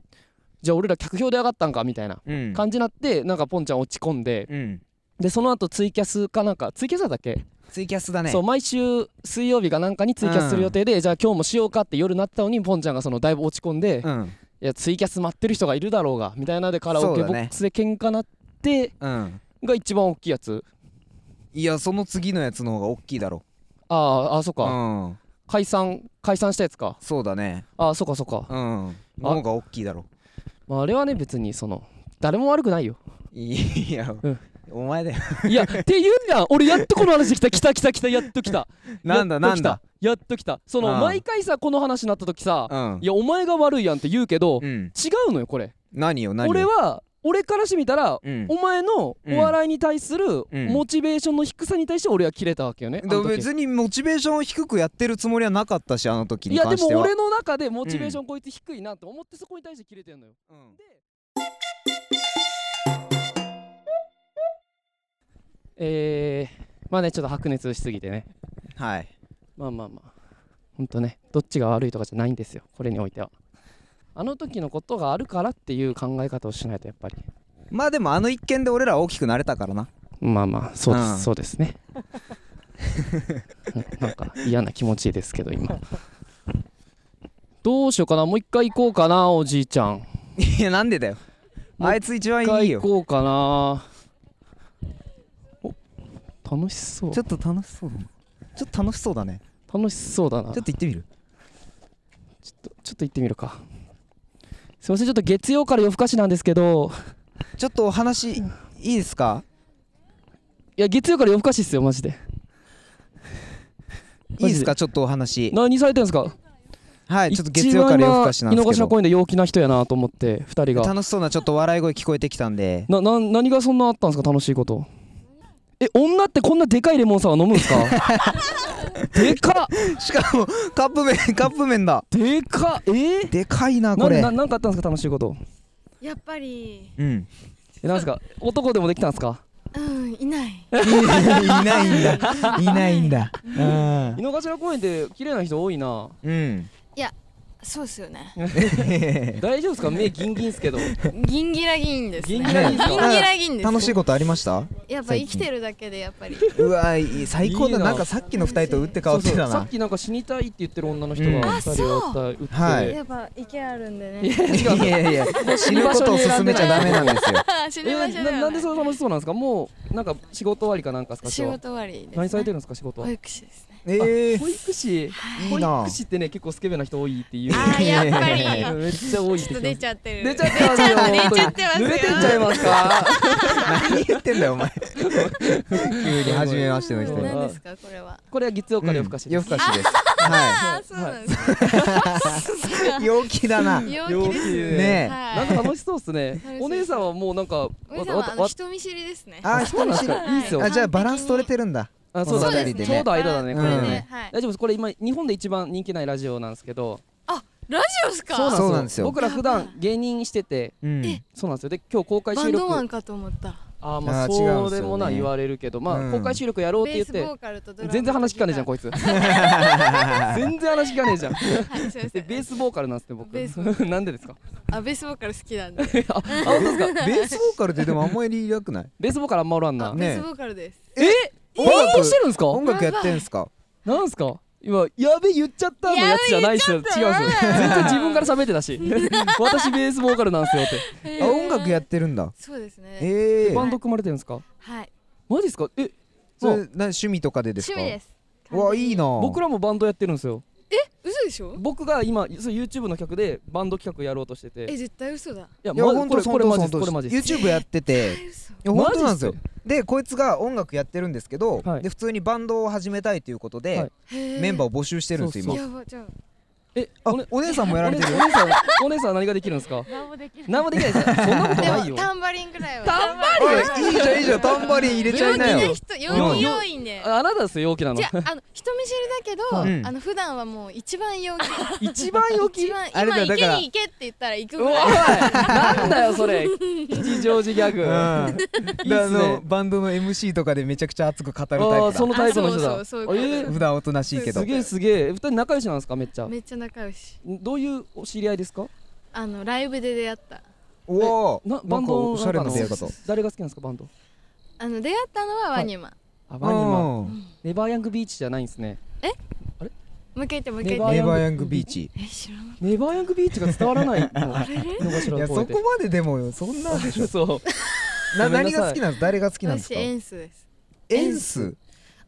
S3: じゃあ俺ら客票で上がったんかみたいな
S2: うん
S3: 感じになってなんかポンちゃん落ち込んで
S2: うん
S3: でその後ツイキャスかなんかツイキャスだったっけ
S2: ツイキャスだね
S3: そう毎週水曜日かなんかにツイキャスする予定で、じゃあ今日もしようかって夜なったのにポンちゃんがそのだいぶ落ち込んで、い
S2: うん
S3: やツイキャス待ってる人がいるだろうがみたいなのでカラオケボックスで喧嘩なって
S2: うん
S3: が一番大きいやつ
S2: いやその次のやつの方が大きいだろ
S3: あああそっ
S2: う
S3: か、
S2: ん
S3: 解散解散したやつか
S2: そうだね
S3: ああそっかそっか、
S2: うんの方が大きいだろ
S3: まあ、あれはね別にその誰も悪くないよ
S2: いや
S3: うん
S2: お前だよ
S3: いやって言うんだ俺やっとこの話来た来た来た来たやっと来た
S2: なんだ
S3: やっ
S2: な
S3: と来
S2: ん
S3: た
S2: だ
S3: やっと来たその
S2: うん
S3: 毎回さこの話になった時さ、
S2: うん
S3: いやお前が悪いやんって言うけど、違
S2: うん
S3: うのよこれ
S2: 何よ何よ
S3: 俺は俺からしてみたら、
S2: うん
S3: お前のお笑いに対する
S2: うん
S3: モチベーションの低さに対して俺は切れたわけよね。あ
S2: だ
S3: の
S2: から
S3: 時
S2: 別にモチベーションを低くやってるつもりはなかったしあの時
S3: い
S2: に
S3: やで
S2: 関し
S3: も
S2: ては
S3: 俺の中でモチベーションこいつ低いなと思ってそこに対して切れてんのよ。
S2: うん
S3: でえー、まあねちょっと白熱しすぎてね
S2: はい
S3: まあまあまあほんとねどっちが悪いとかじゃないんですよこれにおいては。あの時のことがあるからっていう考え方をしないとやっぱり
S2: まあでもあの一件で俺らは大きくなれたからな
S3: まあまあそうです、
S2: うん
S3: そうで すねうんなんか嫌な気持ちですけど今どうしようかなもう一回行こうかなおじいちゃんも
S2: いやなんでだよ
S3: もう
S2: あいつ一
S3: う
S2: 番
S3: 一
S2: いい
S3: 回行
S2: よ
S3: こうかなお楽しそう
S2: ちょっと楽しそうだなちょっと楽しそうだね
S3: 楽しそうだな
S2: ちょっと行ってみる
S3: ちょっとちょっと行ってみるかすいませんちょっと月曜から夜更かしなんですけど
S2: ちょっとお話いいですか
S3: いや月曜から夜更かしっすよマジで
S2: いいですかちょっとお話
S3: 何されてるんですか
S2: はいちょっと月曜から夜更かしなん
S3: 一
S2: です
S3: 番今井の
S2: け
S3: 頭
S2: ど
S3: 公園で陽気な人やなと思って二人が
S2: 楽しそうなちょっと笑い声聞こえてきたんで
S3: なな何がそんなあったんですか楽しいことえ女ってこんなでかいレモンサワー飲むんで すかでかっ
S2: しかも カップ麺カップ麺だ
S3: でかっえー、
S2: でかいな
S3: な
S2: これ
S3: ななんかあったんですか楽しいこと
S6: やっぱり
S2: うん
S3: えなんですか男でもできたんですか
S6: うんいない
S2: いないんだいないんだ
S3: 井の頭公園って綺麗な人多いな
S2: うんうん
S6: そうっすよね
S3: 大丈夫ですか目ギンギンっすけど
S6: ギンギラギンですね
S3: ギンギラギンですか
S6: ギンギラギンです
S2: 楽しいことありました
S6: やっぱ生きてるだけでやっぱり
S2: うわいい最高だ
S3: いいな
S2: なんかさっきの二人と打って変わって
S3: そ
S2: た
S3: うそうさっ
S2: な
S3: きなんか死にたいって言ってる女の人
S2: うん
S3: が
S2: あ
S3: 二人を打った
S2: は
S3: 打って
S2: い
S6: やっぱ池あるんで
S3: い
S6: ね
S3: や違う
S2: いやいや死ぬことを進めちゃダメなんですよ
S6: あ死
S3: え
S6: ぬ場所だよ、ね、
S3: ななんでそれ楽しそうなんですかもうなんか仕事終わりかなんかですか
S6: 仕
S3: 今日
S6: 事終わりです、ね、
S3: 何されてるんですか仕事は
S6: 保育士ですね
S2: ええ
S3: 保育士
S2: いい
S3: 保
S2: な
S3: 育士ってね結構スケベな人多いっていう
S6: あーやっぱ り
S3: めっちゃ多い
S6: ちょっと出ちゃってる
S3: 出ちゃってますよ
S6: 出ちゃってますよ
S3: 濡れてっちゃいますか
S2: 何言ってんだよお前急に初めましての人に
S3: うん
S6: 何ですかこれは
S3: これは月曜から夜更かし
S2: 夜
S3: です
S2: 更かしですは
S6: あーそうなんです
S2: い陽気だなね
S6: ね陽気です
S3: 陽気で
S2: え
S3: なんか
S6: はい
S3: 楽しそうですね
S6: 楽しい
S3: お姉さんはもうなんか
S6: お姉さ
S3: わ
S6: んはあ
S3: た
S6: の
S3: わ
S6: 人見知りですね
S2: あ
S3: そうなんですか
S6: は
S3: い
S6: い
S3: いっすよ
S2: あじゃあバランス取れてるんだ
S3: あそうだ
S2: この
S3: ね
S2: 二人でね
S3: ちょうど間だね
S2: う
S3: こ
S2: ん
S3: れ
S6: これ
S3: ね
S6: ねはい
S3: 大丈夫ですこれ今日本で一番人気ないラジオなんですけど
S6: ラジオですか
S2: なんですよそうなんですよ
S3: 僕ら普段芸人してて
S2: うん
S3: そうなんですよで今日公開
S6: バ
S3: 収
S6: ンド
S3: 録
S6: マンかと思った
S3: あーまあ
S2: あー違うん
S3: そ
S2: ですよね
S3: れもな言われるけど
S2: う
S3: まあ
S2: ん
S3: 公開収録やろうっ
S6: ベ
S3: て言
S6: ー
S3: っ
S6: ス
S3: て
S6: ボーカルとドラム
S3: 全然話聞かねえじゃんこ いつ全然話聞かねえ じゃん
S6: いつはいすいませ
S3: で
S6: ん
S3: ベースボーカルなんですね
S6: ベースボ
S3: 僕 なんでですか
S6: あベースボーカル好きなんで
S3: あ本当ですか
S2: ベースボーカルってでもあんまりいなくない
S3: ベースボーカルあんまおらん
S6: あ
S3: な
S2: ね
S6: ベースボーカルです
S3: え
S2: 音楽
S3: 勉強してるんですか
S2: 音楽やってんすか
S3: なんすか今やべ言っちゃったのやつじゃないっすよ違うんですよ全然自分から喋ってた し私ベースボーカルなんすよって
S6: え
S2: あ音楽やってるんだ
S6: そうですね
S2: ええ
S3: バンド組まれてるんですか
S6: はい
S3: マジっすかえ
S2: それな趣味とかでです
S6: 趣
S2: か
S6: 味です
S2: うわいいな
S3: 僕らもバンドやってるんですよ
S6: 嘘でしょ
S3: 僕が今そう YouTube の曲でバンド企画やろうとしてて
S6: え
S3: い
S6: 絶対嘘だ
S3: や
S2: いや
S3: ま
S2: 本
S3: こ
S2: 当
S3: れこれマジ
S2: 本
S3: です
S2: 当
S3: これマジです
S2: YouTube やっててい
S6: 嘘
S2: や本当なんですよ
S3: マ
S2: でこいつが音楽やってるんですけど、
S3: はい
S2: で普通にバンドを始めたいということで、
S3: はい
S2: メンバー
S6: ー
S2: を募集してるんですよ今
S6: やばじゃあ
S3: え
S2: あ
S3: おね
S2: お姉さんもや
S3: お
S2: ら
S3: 姉
S2: れて
S3: さん
S2: る
S3: お姉さんお姉さんは 何ができるんですか
S6: 何もできない
S3: 何もできないですよそんなことない
S6: で
S3: よ
S6: もタンバリンぐらいは
S3: タ
S6: ンバ
S2: おいいいじゃんいいじゃんタンバリン入れちゃいな
S6: 陽
S2: よ
S6: 気な人陽気要員で
S3: ああなたですよ陽気なの
S6: じゃああの人見知りだけど、
S2: うん
S6: あの普段はもう一番陽気
S3: 一番陽気
S6: 一番
S2: あれだ
S6: 今
S2: よだ
S6: 池
S2: から
S6: に行けって言ったら行く
S3: う
S6: ぐ
S3: わおい
S6: らい
S3: なんだよそ れ吉祥寺ギャグ、
S2: うん、
S3: あ
S2: であのバンドの MC とかでめちゃくちゃ熱く語るタイプ
S3: あ
S2: だ
S3: ーそのタイプの人だ
S6: あそうそうそういう
S3: え
S6: こ
S2: 普段おとなしいけ
S3: ー
S2: ど
S3: すげえすげええ二人仲良しなんですかめっちゃ
S6: めっちゃ仲良し
S3: どういうお知り合いですか
S6: あのライブで出会った
S2: うわ
S3: な
S2: ーな
S3: バ
S2: ん
S3: ン
S2: か
S3: ドの
S2: おしゃれな出会い
S3: なんか
S2: 方
S3: あの誰が好きなんですかバンド
S6: あの出会ったのはワニマ、
S3: あワニマ
S2: うん
S3: ネバーヤングビーチじゃないんですね
S6: もう一回言ってもう一回言っ
S3: バー
S6: て
S2: ネ
S3: ヤング
S2: バーヤングビーチ
S6: え知らない
S3: ネバーヤングビーチが伝わらない ののかしら
S2: いや
S3: と思
S2: そ
S3: って
S2: こまででもそんなでしょ
S3: そう
S2: な
S3: ごめん
S2: 何
S3: なさい
S2: が好きなの誰が好きなんです
S6: 私
S2: か
S6: エ
S2: エ
S6: ンスです
S2: ンス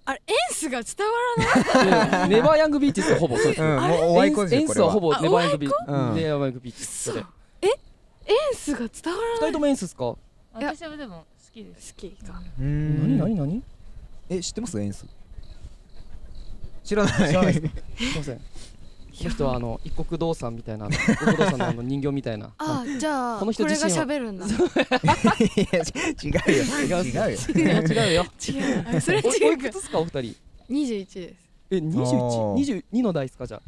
S6: あれエンスが伝わらない
S3: うんネバーヤングビーチですよほぼそうです
S2: うんもうおあいこでし
S3: エ
S2: ょ
S3: ン
S2: こ
S3: ス
S2: れ
S3: は
S2: は
S3: ほぼ
S6: あ
S3: ネバーヤングビー
S2: おあいこ
S3: チネバーヤングビーチそれ
S6: エンスが伝わらない
S3: 二人ともエンスですか
S7: 私はでも好きです
S6: 好きか
S2: うー
S3: 何
S2: ん
S3: 何何
S2: え知ってますエンス知らない
S3: 知らないですすいませんこの人はあの一国道産みたいな一国道産のあの人形みたいな
S6: あじゃあ
S3: こ
S6: こ
S3: の人
S6: れ
S3: 自
S6: が
S3: 身は
S6: 喋るんだ
S2: いやち違うよ違うよ
S3: 違う違 うよ
S6: 違うあそれ
S3: おお
S6: 違
S3: いうく
S6: か
S3: つですかお二人
S6: 21です
S3: え
S2: あー
S3: 21 22の代ですかじゃあ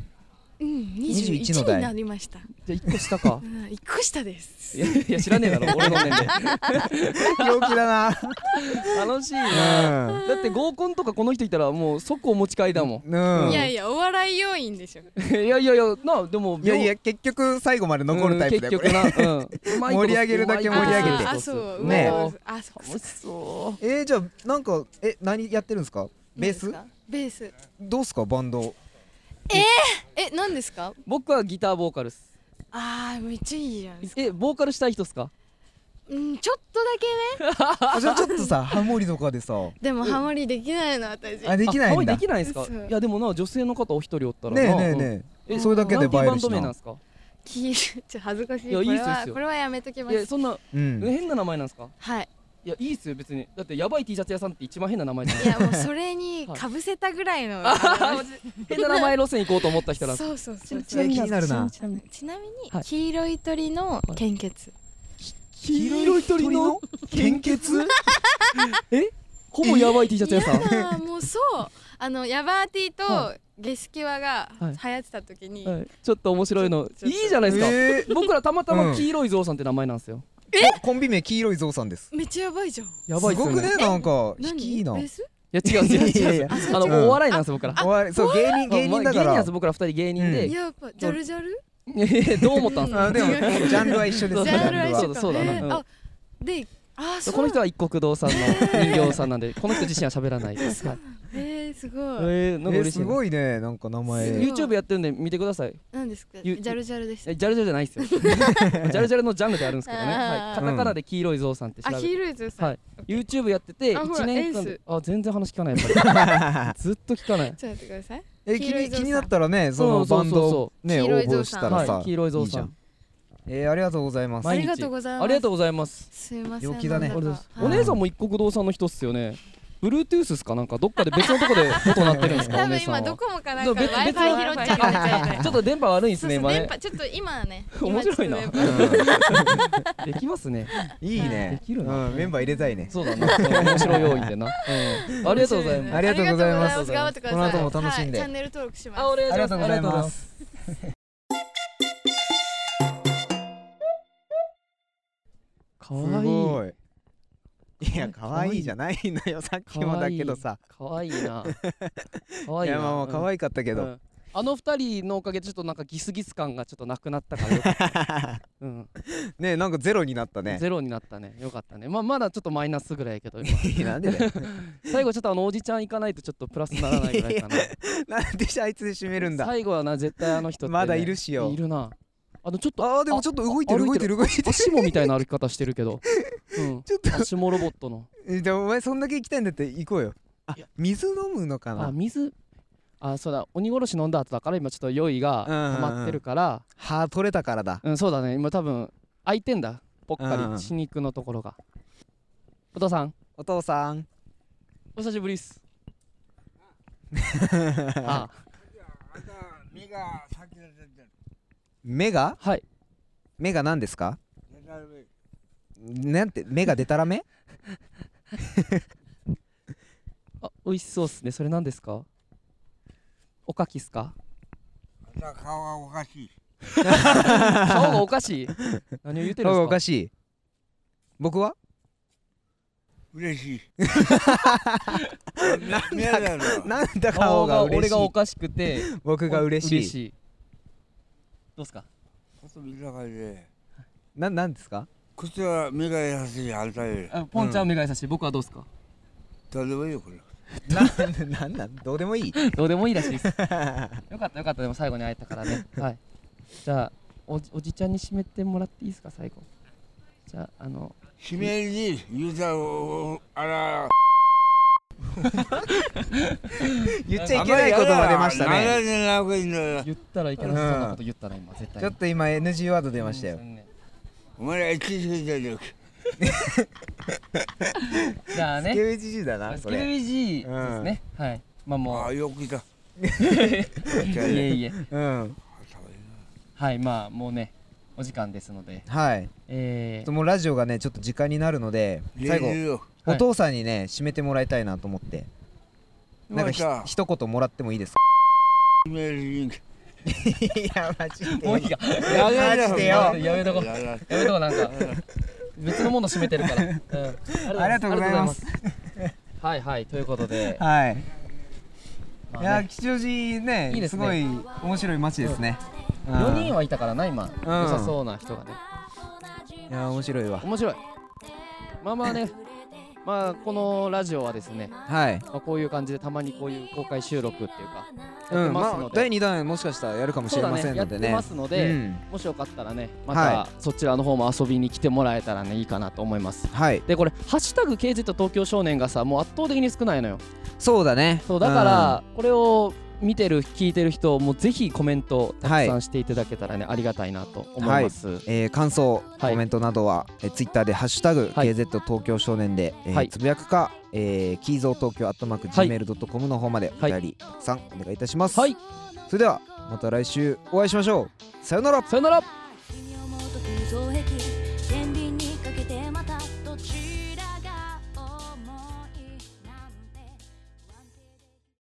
S6: うん
S2: 21
S6: 21
S2: の代
S6: になりました
S3: じゃあ一個下か
S6: うん一個下です
S3: いやいや知らねえだろ俺の年齢
S2: 陽気だ
S3: 楽しいな
S2: な
S3: だって合コンとかこの人いたらもう即お持ち帰りだも
S2: うんうん
S6: いやいやお笑い要員でしょ
S3: ん いやいやいやなあでも
S2: いやいや結局最後まで残るタイプだよ
S3: うん
S2: これ
S3: 結 局な、うん、うまいこ
S2: 盛
S3: と
S2: り上げるだけ盛り上げて
S6: あーあそう
S2: ねえ
S6: うまいことあそう
S3: 楽しそ
S2: えーじゃあなんかえ何やってるんですかベース
S6: ベース
S2: どうすかバン ド
S6: え何ですか
S3: う僕はギターボーカルっす
S6: あーめっちゃいいじゃん
S3: えボーカルしたい人っすか
S6: うんちょっとだけね
S2: あじゃあちょっとさハモリとかでさ
S6: でもハモリできないの私
S2: あできないん
S3: あ
S2: だ
S3: できないですか
S6: そう
S3: いやでもな女性の方お一人おったら
S2: ね
S3: な
S2: えねえね
S3: うん
S2: それだけで映えるしな
S3: なんていうバンド名なんですか
S6: 黄色ちょ恥ずかしい
S3: いやいいっすよいいっ
S6: これは
S3: すよ
S6: これはやめときま
S3: いや
S6: す
S3: そんな
S2: えうん
S3: 変な名前なんですか
S6: はい
S3: いやいいっすよ別にだってやばい T シャツ屋さんって一番変な名前じゃない
S6: いやもうそれにかぶせたぐらいの あの
S3: 変な名前路線行こうと思った人ら
S6: そうそうそう
S2: ちなみに気になるな
S6: ちなみにちなみに
S3: はい
S6: 黄色い鳥の献血
S3: 黄色い鳥の
S2: 献血
S3: えほぼやばい T シャツ屋さん
S6: あーもうそうあのヤバーティ
S3: は
S6: とゲスキワが流行ってた時に
S3: はいちょっと面白いの
S6: ち
S3: い
S6: ょ
S3: い
S6: ちょっと
S3: じゃないですか、
S2: え
S3: 僕らたまた
S2: う
S3: ま
S2: ん
S3: 黄色いゾウさんって名前なんですよ
S2: おコンビ名黄色いゾウさんです
S6: めっちゃやばいじゃん
S3: やばいっす
S2: す
S3: よ
S2: ごくねなんか引き
S6: 何
S2: いいな
S6: ベース
S3: いや違う違う
S2: いやい
S3: 違
S2: や
S3: う
S2: あ
S3: あ
S2: うん
S3: のお笑いなんですよ僕ら
S2: 終わりそう芸人芸人だか
S3: まあ芸人なん
S2: ら
S3: ですよ僕ら二人芸人で
S2: うん
S3: いや
S6: やっぱジャルジャル
S3: いやどう思ったんですか
S2: あでもジャンルは一緒です
S3: そう
S6: ジ
S2: ジ
S6: ャ
S2: ャン
S6: ンル
S2: ル
S6: は
S2: は
S6: 一緒か
S3: そうだな
S6: えー
S3: うん
S6: あであ ーそう
S3: この人は一国堂さんの人形さんなんでこの人自身は喋らないですはい
S6: えーすごい
S3: えーなんか
S2: え
S3: 嬉しい
S2: す
S3: な
S2: ごいねなんか名
S6: すごい
S2: 前
S3: YouTube やってるんで見てください
S6: 何ですかジ
S3: ゆ
S6: ャルジャルでした
S3: えジャルジャルじゃな いですよジャルジャルのジャンルであるんですけどね、はい、
S6: あー
S3: カタカナで黄色いゾウさんって調
S6: あ
S3: べ
S6: 黄
S3: て
S6: 色いです
S3: はい YouTube やってて
S6: あほら
S3: 1年間
S6: エン
S3: で
S6: ス
S3: あ全然話聞かないやっぱりずっと聞かない
S6: ちょっと待ってください
S2: ええ
S6: 黄
S2: 気
S6: 色い
S2: に
S6: ゾウさん
S2: 気になったらねその
S3: そうそう
S2: バ
S3: そう
S2: ン
S3: そう
S2: ドね
S6: 黄
S2: 応
S6: 色いゾ
S2: 募
S6: ウ
S2: し
S6: さ
S2: た
S6: ん
S2: らさ
S3: はい、黄色いゾウさん
S2: いいえーありがとうございます
S6: あ
S3: 毎
S6: り
S3: 日
S6: がとうございます
S3: ありがとうございます
S6: すいません
S2: 陽気だね
S6: な
S3: あ
S6: ん
S3: りがとうござい
S6: だ
S3: ま
S6: か
S3: す
S6: はい
S3: お姉さんも一国堂さんの人っすよね Bluetooth っすかなんかどっかで別のとこで音鳴ってるんですか
S6: 多
S3: お
S6: 分
S3: 姉さ
S6: 今
S3: ん
S6: ド
S3: は
S6: コモかなんか
S3: 別
S6: Wi-Fi 拾っ
S3: 別
S6: ち
S3: の
S6: ゃってて
S3: ちょっと電波悪いです
S6: そう
S3: ね
S6: そう
S3: 今
S6: 電
S3: ね
S6: 波ちょっと今ね
S3: 面白いな
S6: 今ちょっと電波
S3: できますね
S2: いいね
S3: できるな
S2: うんメンバー入れたいね
S3: そうだな面白い要因でな、うん、ありがとうございます
S2: ありがとうございます
S6: ありがとうございます頑張ってください
S2: この後も楽しんで
S6: はいチャンネル登録します
S3: あお願いします
S2: ありがとうございます
S3: か
S2: す
S3: わい
S2: ご
S3: い
S2: いいや可愛いじゃないのよさっきもだけどさ
S3: かわいいなかわ
S2: い
S3: いいな
S2: やまあまあ可
S3: い
S2: 愛かったけど
S3: あの二人のおかげでちょっとなんかギスギス感がちょっとなくなったからよかった、 うん、
S2: ねなんかゼロになったね
S3: ゼロになったねよかったねまあまだちょっとマイナスぐらいやけ ど
S2: なんでだよ
S3: 最後ちょっとあのおじちゃん行かないとちょっとプラスにならないぐらいかな
S2: なんであいつで締めるんだ
S3: 最後はな絶対あの人ってね、
S2: まだいるしよ
S3: いるなあのちょっと
S2: あーでもちょっと動いてる
S3: あ
S2: 動いてる動いてる
S3: 足もみたいな歩き方してるけど、う ん、
S2: ちょっと
S3: 足もロボッ トの
S2: えじゃあお前そんだけ行きたいんだって行こうよあ水飲むのか
S3: あ
S2: な
S3: 水あそうだ鬼殺し飲んだ後だから今ちょっと酔いが溜まってるから
S2: 歯取れたからだ
S3: うんそうだね今多分空いてんだぽっ
S2: う
S3: か
S2: んう
S3: り
S2: ん
S3: 血肉のところがお父さん
S2: お父さん
S3: お久しぶり っすあ
S4: あんた目が先に出てる
S2: 目が
S3: はい
S2: 目が何ですか
S4: やたらめ
S2: なんて目がでたらめ
S3: あ美味しそうっすねそれ何ですかおかきっ すか
S4: あんた顔がおかしい
S3: 顔がおかしい何を言うてるん
S2: お
S3: で
S2: か
S3: すか
S2: しい僕は
S4: 嬉しい
S2: だ
S4: なんだろう
S2: なんだ
S3: 顔
S2: 顔
S3: が
S2: が嬉
S3: 俺
S2: し
S3: がお
S2: い
S3: かしくて
S2: 僕が嬉しい
S3: 嬉しいどうっすか
S4: ちょっと短いで
S2: ななんですか
S4: こっちは目が優しい反対で
S3: あポンちゃん目が優しい僕はどうっすか
S4: どうでもいいよこれ
S2: なんなんなんどうでも いい
S3: どうでもいいらしいです。よかったよかった、でも最後に会えたから ね。はい。じゃあ、おじおじちゃんに締めてもらっていいですか、最後。じゃあ、あの、
S4: 指名に言うたらおおあら
S2: 言っちゃいけないことまで出ました
S4: な
S2: ね
S4: んで長いんだよ
S3: 言ったらいけないそんなこと言ったら今、絶対
S2: ちょ
S3: に。
S2: っと今 NG ワード出ましたよ
S4: お前ら一時期だよ
S3: じゃあ
S2: ス
S3: ね、
S2: ケベじじいだな
S3: ス
S2: こ
S3: ケベ
S2: れ
S3: BG ですね。はい。まあ
S4: あ
S3: も
S4: あ
S3: う、
S4: よくい た
S3: いえいえ。
S2: うん
S3: はい、まあもうね、お時間ですので。
S2: はい
S3: えー、
S2: もうラジオがねちょっと時間になるので最
S4: 最
S2: 後
S4: 後
S2: お父さんにね締めてもらいたいなと思ってなんかひ
S4: また
S2: 一言もらってもいいですか
S4: 指名に
S2: いやマジで
S3: もういいや。
S4: やめろ
S2: マジでよ
S3: やめとこう。やめとこう、なんか。別のもの締めてるから。うん。
S2: ありがとうございます
S3: ありがとうございます。はいはい、ということ で。
S2: はい
S3: まあ
S2: い
S3: ね
S2: や吉祥寺ね
S3: いいですすね
S2: ごい面白い街ですね
S3: 4人
S2: は
S3: はいたからな今、良さそうな人がね
S2: いや面白いわ
S3: 面白いまあまあねまあこのラジオはですね、
S2: はい
S3: まあ、こういう感じでたまにこういう公開収録っていうか
S2: う
S3: やって
S2: ん
S3: ます
S2: ま
S3: の
S2: あ
S3: で、
S2: 第2弾もしかしたらやるかもし
S3: そう
S2: れ
S3: だ
S2: ま
S3: ね
S2: せん
S3: や
S2: の
S3: っ
S2: で
S3: て
S2: ね
S3: ますので、
S2: うん
S3: もしよかったらねま
S2: は
S3: たそちらの方も遊びに来てもらえたらねいいかなと思います
S2: はい
S3: でこれ「ハッシュタグ #KZ 東京少年」がさもう圧倒的に少ないのよ
S2: そうだね
S3: そうだからこれを見てる聞いてる人もぜひコメントたくさんしていただけたらね、ありがたいなと思います、
S2: えー感想、
S3: はい
S2: コメントなどは、えー、ツイッターで「ハッシュタグ、
S3: はい
S2: #KZ 東京少年で」えー
S3: はい
S2: つぶやくか、えー、キーゾー東京アットマーク
S3: はい
S2: Gmail.com の方までお
S3: はい
S2: 便りたくさんお願いいたします、
S3: はい
S2: それではまた来週お会いしましょうさよなら
S3: さよなら